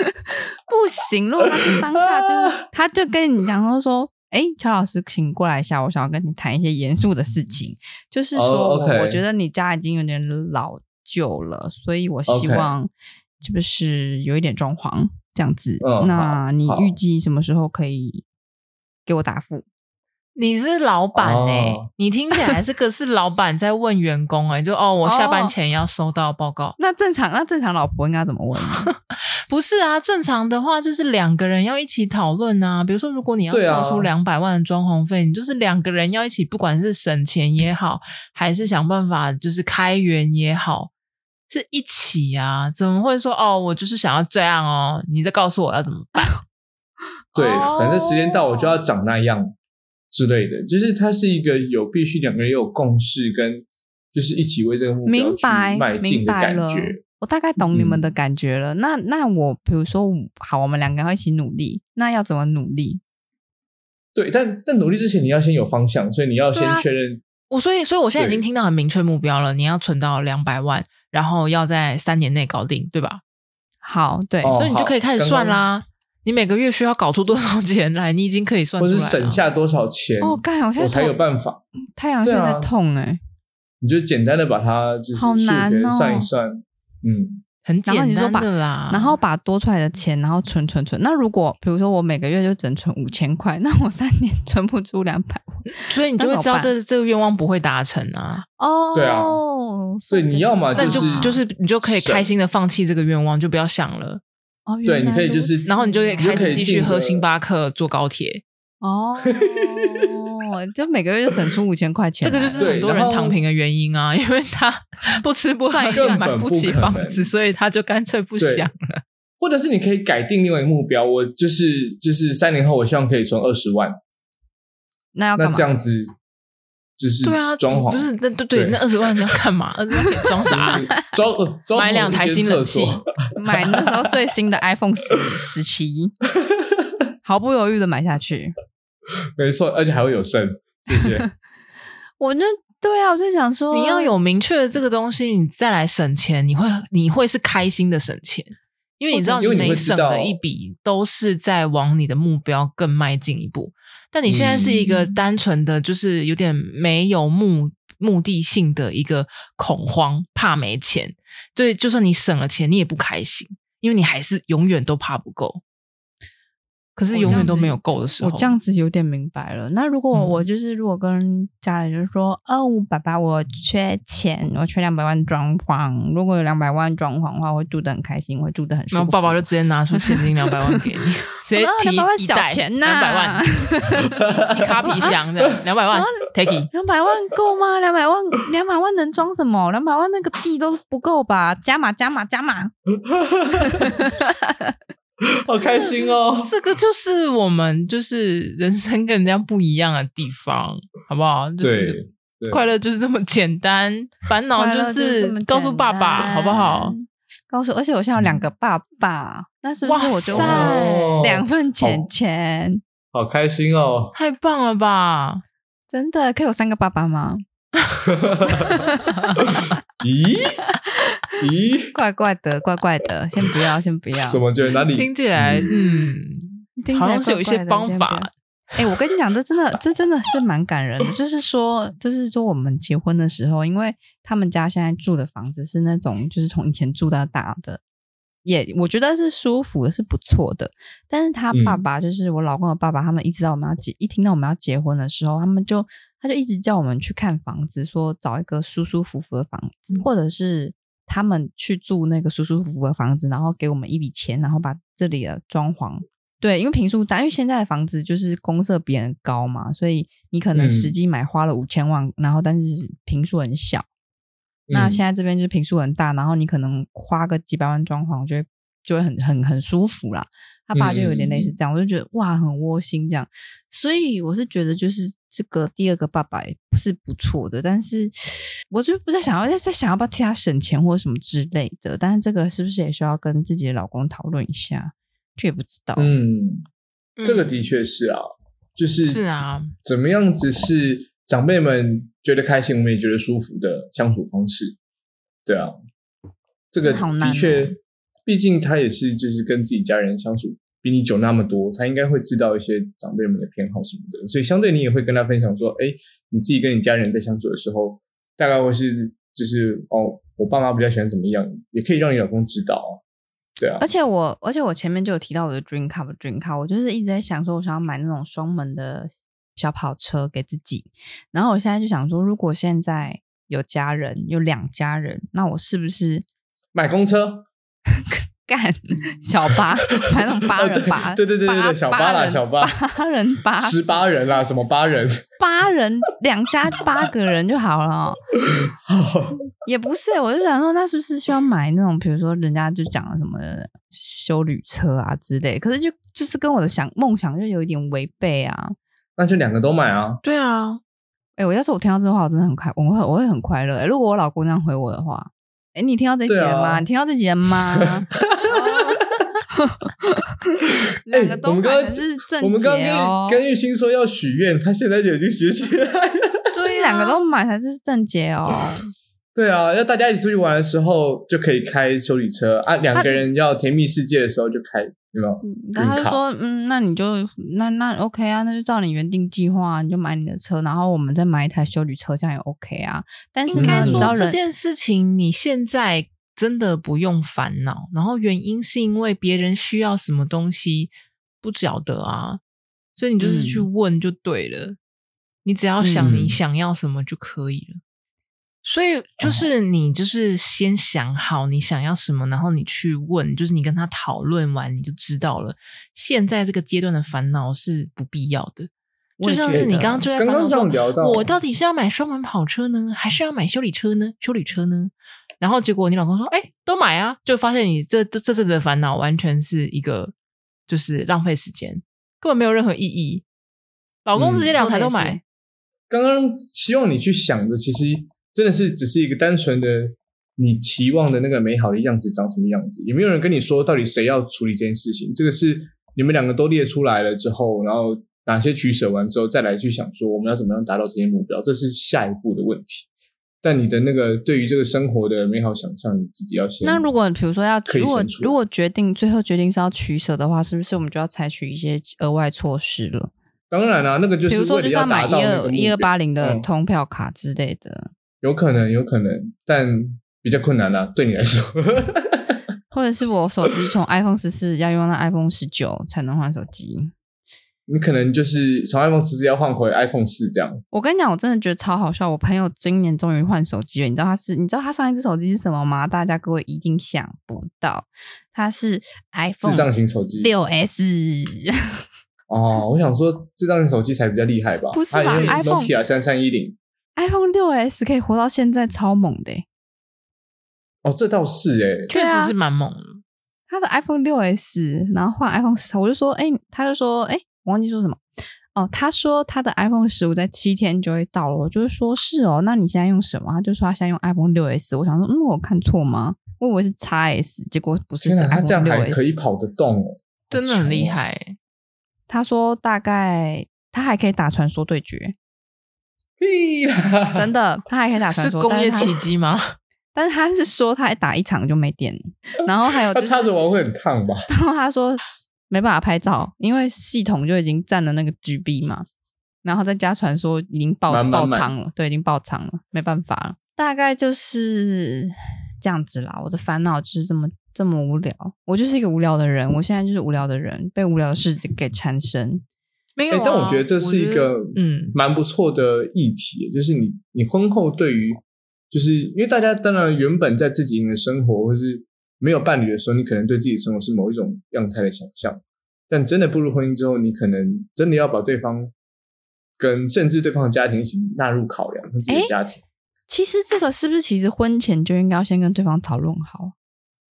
不行，如果
(laughs)
他当下就是，他就跟你讲说说，哎，乔老师，请过来一下，我想要跟你谈一些严肃的事情，就是说我、
哦，OK
我觉得你家已经有点老旧了，所以我
OK
希望是不是有一点装潢这样子？
嗯
那
好
你
好
预计什么时候可以给我答复？
你是老板哎、
哦
你听起来这个是老板在问员工哎、就哦，我下班
哦
前要收到报告。
那正常，那正常老婆应该怎
(laughs)
么问呢？
不是啊，正常的话就是两个人要一起讨论啊。比如说，如果你要
对啊
超出两百万的装潢费，你就是两个人要一起，不管是省钱也好，还是想办法就是开源也好，是一起啊。怎么会说哦，我就是想要这样哦？你再告诉我要怎么办？
对，
哦
反正时间到我就要长那样之类的，就是它是一个有必须两个人有共识跟就是一起为这个目标
明
去
白
迈，进
明
的
白
感
了
觉。。嗯
我大概懂你们的感觉了。那那我比如说，好，我们两个要一起努力，那要怎么努力？
对，但但努力之前你要先有方向，所以你要
对
先
啊
确认。
我所以，所以我现在已经
对
听到很明确目标了，你要存到两百万，然后要在三年内搞定，对吧？
好，对，
哦
所以你就
好
可以开始
刚
算
刚
啦。你每个月需要搞出多少钱来，你已经可以算
或
出来
是
了。
省下多少钱，
哦，干，我现在
我才有
头
办法。
太阳穴在
对啊
痛哎、
你就简单的把它就是
好
数
难
学
哦
算一算，嗯，
很
然后
简
你说
单
把
的
啊
啦。
然后把多出来的钱，然后存存存。那如果比如说我每个月就整存五千块，那我三年 (laughs) 存不出两百
啊
所以你就会
那
知
怎么
道
办
这这个愿望不会达成啊，
哦。
对啊所以你要么
那你
就
就是就是你就可以
省
开心的放弃这个愿望，就不要想了，
哦，原
对你
来
可以就
如
是
此
然后你就可以
你就
开
可以
始继续
定
喝
个
星巴克、坐高铁，
(laughs)
哦，就每个月就省出五千块钱
这
来
个
了，
就是
对
很多
然
人
后
躺平的原因啊， (laughs) 因为他不吃不喝
算一
也
算
买
根本
不
不
起
可
房
能
子，所以他就干脆不
对
想。
或者是你可以改定另外一个目标，我就是就是三年后我希望可以存二十万，
那要干
那
嘛
这？样子就是
对啊，
嗯装潢
不是那对
对
对，那二十万你要干嘛？二十万可以装啥
(laughs) 就是？装呃装
买
潢
两
一
台
间
新
厕
冷气
所
(laughs)
买那时候最新的 iPhone
(laughs)
十十七，毫不犹豫的买下去。
没错，而且还会有剩，谢
(laughs)
谢。
我就对啊，我在想说，
你要有明确的这个东西，你再来省钱，你会你会是开心的省钱，因为你知道
因为你
每
会知
省的
道
一笔都是在往你的目标更迈进一步。但你现在是一个
嗯
单纯的，就是有点没有目目的性的一个恐慌，怕没钱。对，就算你省了钱，你也不开心，因为你还是永远都怕不够。可是
我
永
哦这
远
样
都
子哦
没有够的时候，
我这样子有点明白了。那如果
嗯
我就是如果跟家里人说，哦，爸爸，我缺钱，我缺两百万装潢。如果有两百万装潢的话，我会住得很开心，我会住得很舒
然后
服。
爸爸就直接拿出现金两百万给
(laughs)
你，直接
啊
提
200万
一袋
小钱呐
两百万，
(laughs)
一卡皮箱的两百万
什么
，take it。
两百万够吗？两百万，两百万能装什么？两百万那个地都不够吧？加码，加码，加码！
好开心哦！
这个就是我们就是人生跟人家不一样的地方，好不好？ (laughs) 就是
对，对
快乐就是这么简单，烦恼就
快乐这么
是告诉爸
简
爸，
单
好不好？？嗯
告诉，而且我现在有两个爸爸，那是不是我就
哇塞
哦
两份钱
哦
钱？
好开心
(laughs)
哦！ (laughs)
太棒了吧！
真的可以有三个爸爸吗？
咦咦，
(laughs) 怪怪的，怪怪的，先不要，先不要。
怎么觉得哪里
听起来，嗯，
听起来
好像是有一些
怪怪的
方
先不
法
要。哎、我跟你讲，这
(laughs)
真的，这真的是蛮感人的。就是说，就是说，我们结婚的时候，因为他们家现在住的房子是那种，就是从以前住到大的，也我觉得是舒服的，是不错的。但是他
嗯
爸爸，就是我老公的爸爸，他们一知道我们要结，一听到我们要结婚的时候，他们就
嗯
他就一直叫我们去看房子，说找一个舒舒服服的房子，或者是他们去住那个舒舒服服的房子，然后给我们一笔钱，然后把这里的装潢。对，因为平数大，因为现在的房子就是公设比人高嘛，所以你可能
嗯
实际买花了五千万，然后但是平数很小。
嗯
那现在这边就是平数很大，然后你可能花个几百万装潢，就会就会很很很舒服啦。他爸就有点类似这样，我就觉得哇，很窝心这样。所以我是觉得，就是这个第二个爸爸是不错的，但是我就不在想要在想要不要替他省钱或者什么之类的。但是这个是不是也需要跟自己的老公讨论一下？这也不知道。
嗯，
嗯
这个的确是啊，就是
是啊，
怎么样子是长辈们觉得开心，我们也觉得舒服的相处方式。对啊，这个
真的好难
的
哦
确，毕竟他也是就是跟自己家人相处比你久那么多，他应该会知道一些长辈们的偏好什么的，所以相对你也会跟他分享说，哎，你自己跟你家人在相处的时候，大概会是就是哦，我爸妈比较喜欢怎么样，也可以让你老公知道啊。对啊
而，且我，而且我前面就有提到我的 dream car 不 dream car，我就是一直在想说，我想要买那种双门的小跑车给自己。然后我现在就想说，如果现在有家人，有两家人，那我是不是 (laughs)
买公车，
干小巴，买
(laughs)
那种八人巴？
哦对对对对对
八
小巴啦
人
小巴
八人巴，
十八人啦、什么八人？
八人两家八个人就好了
(laughs)
哦、也不是、我就想说，那是不是需要买那种，比如说人家就讲了什么修旅车啊之类，可是就就是跟我的想梦想就有一点违背啊。
那就两个都买啊。
对啊，
哎、我要是我听到这话，我真的很快，我会我会很快乐、诶如果我老公那样回我的话，哎、你听到这集了吗？
对啊
你听到这集
(laughs)
了吗？哦 (laughs) 两个
哎我
都
们刚
买
刚
的是正
我们刚
解哦
刚，跟跟玉兴说要许愿，他现在就已经许起来了。 (laughs)
对
两个都买才是正解哦。
对啊，要大家一起出去玩的时候就可以开修理车啊，两个人要甜蜜世界的时候就开，有没有？
然后他就
Green
说，嗯，那你就那那 OK 啊，那就照你原定计划、啊你就买你的车，然后我们再买一台修旅车，这样也 OK 啊。但是
应
呢，
该
你知
说
道
这
人
件事情你现在真的不用烦恼，然后原因是因为别人需要什么东西不晓得啊，所以你就是去
嗯
问就对了，你只要想你
嗯
想要什么就可以了。所以
哦
就是你就是先想好你想要什么，然后你去问，就是你跟他讨论完你就知道了。现在这个阶段的烦恼是不必要的，
我
就
也
像
觉
是你
得
刚刚就在
刚
烦恼
刚这
说
样聊到，
我到底是要买双门跑车呢，还是要买修理车呢？修理车呢？然后结果你老公说：“哎、都买啊！”就发现你这这这次的烦恼完全是一个就是浪费时间，根本没有任何意义。老
嗯
公直接两台都买，
刚刚希望你去想的，其实真的是只是一个单纯的你期望的那个美好的样子长什么样子，也没有人跟你说到底谁要处理这件事情。这个是你们两个都列出来了之后，然后哪些取舍完之后，再来去想说我们要怎么样达到这些目标，这是下一步的问题。但你的那个对于这个生活的美好想象，你自己要先。
那如果比如说要
嗯可以
如果
删除
如果决定最后决定是要取舍的话，是不是我们就要采取一些额外措施了？
当然啦、那个就
比
是
如说
为
就
了
是要
要
买
达
一
到那
二
个
一二八零的
嗯
通票卡之类的，
有可能，有可能，但比较困难啦、对你来说。
或者是我手机从 iPhone 十四要用到 iPhone 十九才能换手机。
你可能就是从 iPhone 十四要换回 iPhone 四这样，
我跟你讲，我真的觉得超好笑。我朋友今年终于换手机了，你知道他是，你知道他上一只手机是什么吗？大家各位一定想不到，他是
智障
iPhone
型手机。
六 S。 (laughs)
哦，我想说智障型手机才比较厉害吧？
不是
它
吧
已经
iPhone-
Nokia 三三一零。
iPhone 六 S 可以活到现在，超猛的欸、
哦，这倒是诶、
确
对啊
实是蛮猛的。
他的 iPhone 六 S，然后换 iPhone 十，我就说，哎、他就说，哎、我忘记说什么。哦，他说他的 iPhone 十五在七天就会到了，我就是说是哦，那你现在用什么？他就说他现在用 iPhone 六 S，我想说，嗯，我看错吗？我以为是 x S，结果不是，
天
是
哪，它这
iPhone
样
六
还
S。
可以跑得动哦，
真的很厉害、
他说大概他还可以打传说对 (laughs) 决，
屁啦！
真的，他还可以打传
是
说，
工业
但是
奇
他
迹
(laughs)
吗？
但是他是说他打一场就没电 (laughs) 了，然后还有
它
就是
插着玩会很烫吧？
然后他说没办法拍照，因为系统就已经占了那个 GB 嘛，然后再加传说已经爆
满满满
爆仓了，对，已经爆仓了，没办法了。大概就是这样子啦，我的烦恼就是这么这么无聊，我就是一个无聊的人，我现在就是无聊的人，被无聊的事给缠身。
没有、
诶
啊
哎但我觉得这是一
我觉
个
得嗯，
蛮不错的议题，就是你你婚后对于就是因为大家当然原本在自己一个人生活或是没有伴侣的时候，你可能对自己的生活是某一种样态的想象，但真的步入婚姻之后，你可能真的要把对方跟甚至对方的家庭一起纳入考量，跟自己的家庭。
其实这个是不是其实婚前就应该要先跟对方讨论好，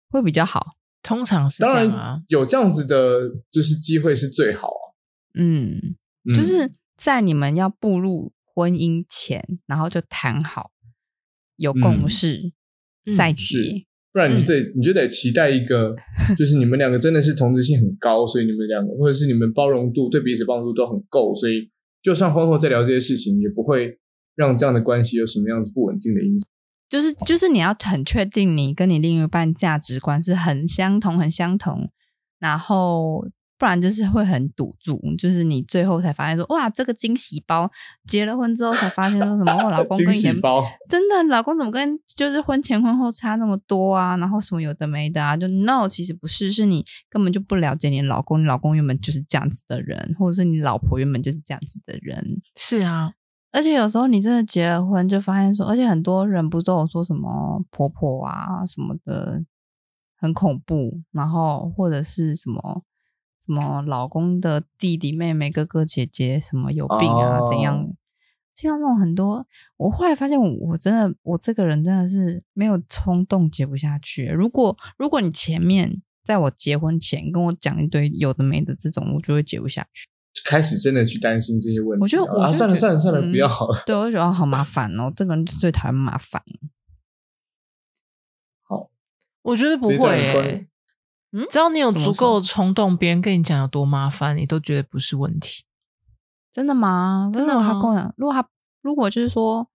会比较好？
通常是
当
这样
然
啊。
有这样子的，就是机会是最好啊。
嗯，
嗯
就是在你们要步入婚姻前，然后就谈好，有共
嗯
识，
嗯
再
是
结。
不然你
嗯
得、你就得期待一
(laughs)
个，就是你们两个真的是同质性很高，所以你们两个或者是你们包容度对彼此包容度都很够，所以就算婚后再聊这些事情，也不会让这样的关系有什么样子不稳定的因素。
就是就是你要很确定你跟你另一半价值观是很相同很相同，然后不然就是会很堵住，就是你最后才发现说哇这个惊喜包结了婚之后才发现说
(laughs)
什么我老公
惊
跟以
喜
前
包，
真的老公怎么跟就是婚前婚后差那么多啊，然后什么有的没的啊，就 no 其实不是，是你根本就不了解你老公，你老公原本就是这样子的人，或者是你老婆原本就是这样子的人，
是啊，
而且有时候你真的结了婚，就发现说，而且很多人不都有说什么婆婆啊什么的，很恐怖，然后或者是什么什么老公的弟弟妹妹哥哥姐姐什么有病啊、
哦
怎样，听到那种很多，我后来发现我我真的我这个人真的是没有冲动结不下去。如果如果你前面在我结婚前跟我讲一堆有的没的这种，我就会结不下去。
开始真的去担心这些问题。
我就我
啊，
就
算了
觉得
算了算了，
嗯
不要 (laughs) 好了。
对，我就觉得好麻烦哦，这个人最讨厌麻烦。
我觉得不
这一段
会
很关
耶、
嗯
只要你有
怎么
足够冲动，别人跟你讲有多麻烦，你都觉得不是问题。
真的吗？
真的
如果他
啊
跟我讲，如果他如果就是说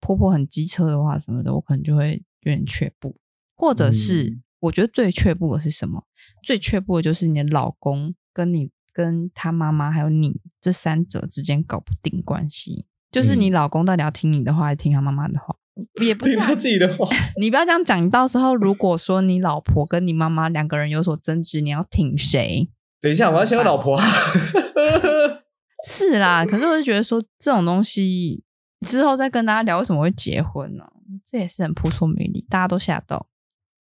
婆婆很机车的话什么的，我可能就会有点却步，或者是、
嗯
我觉得最却步的是什么？最却步的就是你的老公跟你跟他妈妈还有你这三者之间搞不定关系，就是你
嗯
老公到底要听你的话，还是听他妈妈的话？也不
听
(laughs)
是、啊
他，自己的
(laughs)
话，
你不要这样讲。你到时候如果说你老婆跟你妈妈两个人有所争执，你要挺谁？
等一下，我要先有老婆啊。
是啦，可是我就觉得说这种东西之后再跟大家聊为什么会结婚呢、这也是很扑朔迷离，大家都吓到。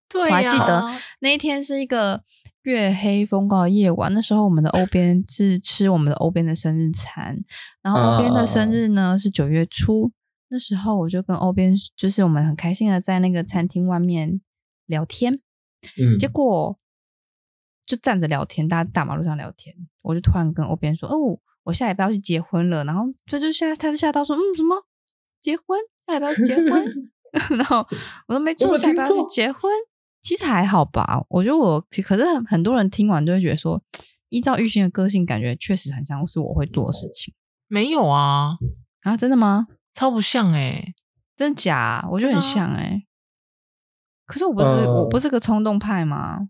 对
我
呀、
还记得那一天是一个月黑风高的夜晚，那时候我们的欧边是吃我们的欧边的生日餐，然后欧边的生日呢是九月初，那时候我就跟欧边就是我们很开心的在那个餐厅外面聊天，
(laughs) 嗯，
结果就站着聊天，大家大马路上聊天，我就突然跟欧边说：“哦，我下礼拜要去结婚了。”然后这就吓，他就吓到说：“嗯，什么结婚？下礼拜要结婚？” (laughs) 然后我都没
我
做，
有
下礼
听
拜要去
错
结婚。其实还好吧，我觉得我可是很很多人听完就会觉得说，依照玉兴的个性，感觉确实很像是我会做的事情
没有啊，
啊！真的吗？
超不像哎、
真的假啊？我觉得很
真的啊
像哎、可是我不是、我
呃
不是个冲动派吗？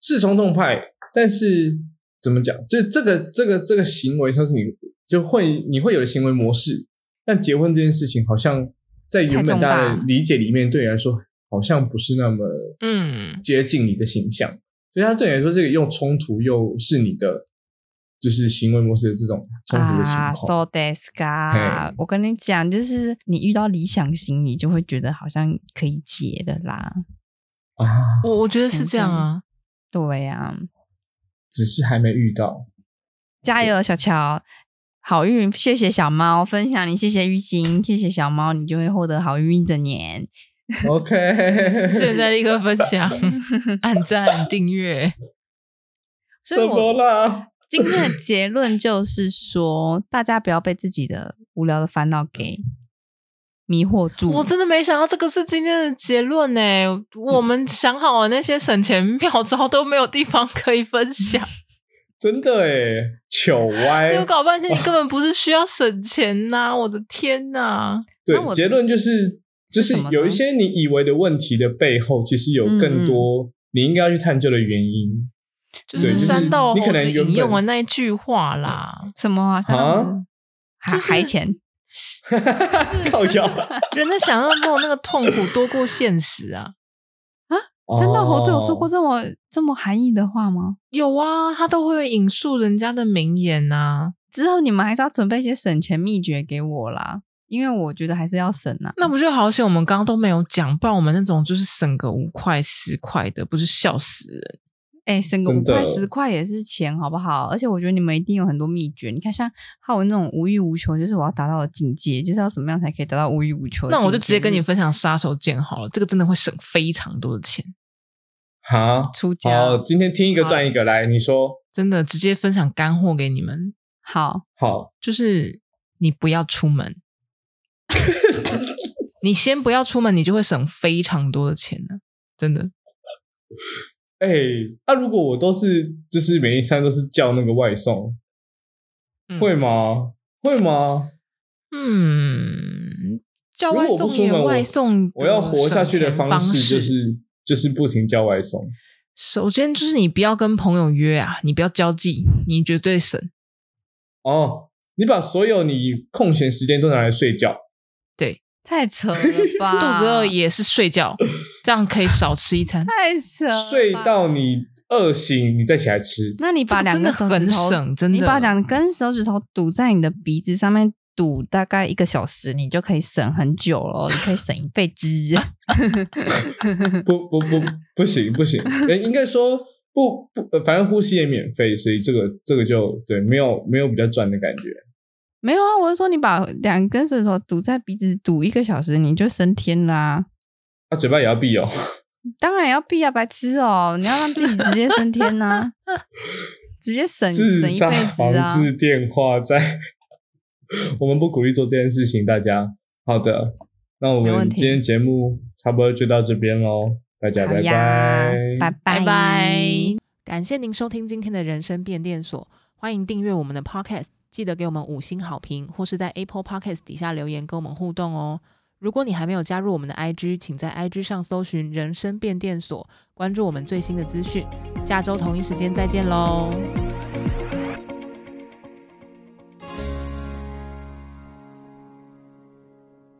是冲动派，但是怎么讲？就是这个这个这个行为，像是你就会你会有的行为模式，但结婚这件事情，好像在原
太
本
重
大
大
家的理解里面，对你来说好像不是那么
嗯，
接近你的形象，所以它对你来说，这个又冲突又是你的就是行为模式的这种冲突的情
啊
况。
，so des ga，
嘿
我跟你讲，就是你遇到理想型，你就会觉得好像可以结的啦。
啊
我我觉得是这样啊。
对啊呀、
只是还没遇到，
加油，小乔，好运！谢谢小猫分享你，谢谢玉晶，谢谢小猫，你就会获得好运一整年。
OK，
现在立刻分
(laughs)
享、按赞、订阅。
所以
什么
我
啦？
今天的结论就是说，大家不要被自己的无聊的烦恼给迷惑
嗯
住。
我真的没想到这个是今天的结论呢、我们想好的那些省钱妙招都没有地方可以分享，
真的诶，糗歪。
结果搞半天你根本不是需要省钱呐、我的天呐、
对
那，我
结论就是，就是
什么呢
有一些你以为的问题的背后，其实有更
嗯
多你应该要去探究的原
(laughs)
因。
就
对
是
就是
山道
你可
猴
能
子
原
引用
本
的那一句话啦，
什么啊？
啊
还
就是
还钱？
靠
(laughs)
腰，
人的想象中的那个痛苦多过现实啊。
三道猴子有说过
哦
这么这么含义的话吗？
有啊，他都会引述人家的名言呐、
之后你们还是要准备一些省钱秘诀给我啦。因为我觉得还是要省啊。
那不就好险？我们刚刚都没有讲，不然我们那种就是省个五块十块的，不是笑死人。
哎，省个五
真的
块十块也是钱，好不好？而且我觉得你们一定有很多秘诀。你看，像浩文那种无欲无求，就是我要达到的境界，就是要怎么样才可以达到无欲无求的境界。
那我就直接跟你分享杀手锏好了，这个真的会省非常多的钱，
好，
出家
好，今天听一个赚一个，来，你说
真的直接分享干货给你们，
好，
好，
就是你不要
(laughs)
出门，你先不要出门，你就会省非常多的钱了，真的。
哎，那如果我都是就是每一餐都是叫那个外送，
嗯
会吗？会吗？
嗯，叫外
如果
送
不出
也
门我
外送，
我要活下去的
方
式就
式
是就是不停叫外送。
首先就是你不要跟朋友约啊，你不要交际，你绝对省。
哦，你把所有你空闲时间都拿来睡觉，
太扯了
(laughs)
吧？
肚子饿也是睡 (laughs) 觉，这样可以少吃一餐。
太扯了吧，
睡到你饿醒，你再起来吃。
那你把
这个
两
真的
个手指
很
头，
省，真的。
你把两根手指头堵在你的鼻子上面，堵大概一个小时，你就可以省很久了，你可以省一辈子。
(laughs) 不不不，不行不行，呃应该说不不、呃反正呼吸也免费，所以这个这个就对，没有没有比较赚的感觉。
没有啊，我是说你把两根手指头堵在鼻子堵一个小时，你就升天啦、
啊，嘴巴也要闭哦。
当然要闭啊，白痴哦！你要让自己直接升天呐、直接省
自
嗯省一
杀
辈子
防
啊！
治电话在， (laughs) 我们不鼓励做这件事情，大家。好的，那我
没问
们
题
今天节目差不多就到这边喽，大家
好
拜
呀，拜
拜拜。感谢您收听今天的人生变电所，欢迎订阅我们的 Podcast，记得给我们五星好评，或是在 Apple Podcast 底下留言跟我们互动哦。如果你还没有加入我们的 IG，请在 IG 上搜寻“人生变电所”，关注我们最新的资讯。下周同一时间再见喽！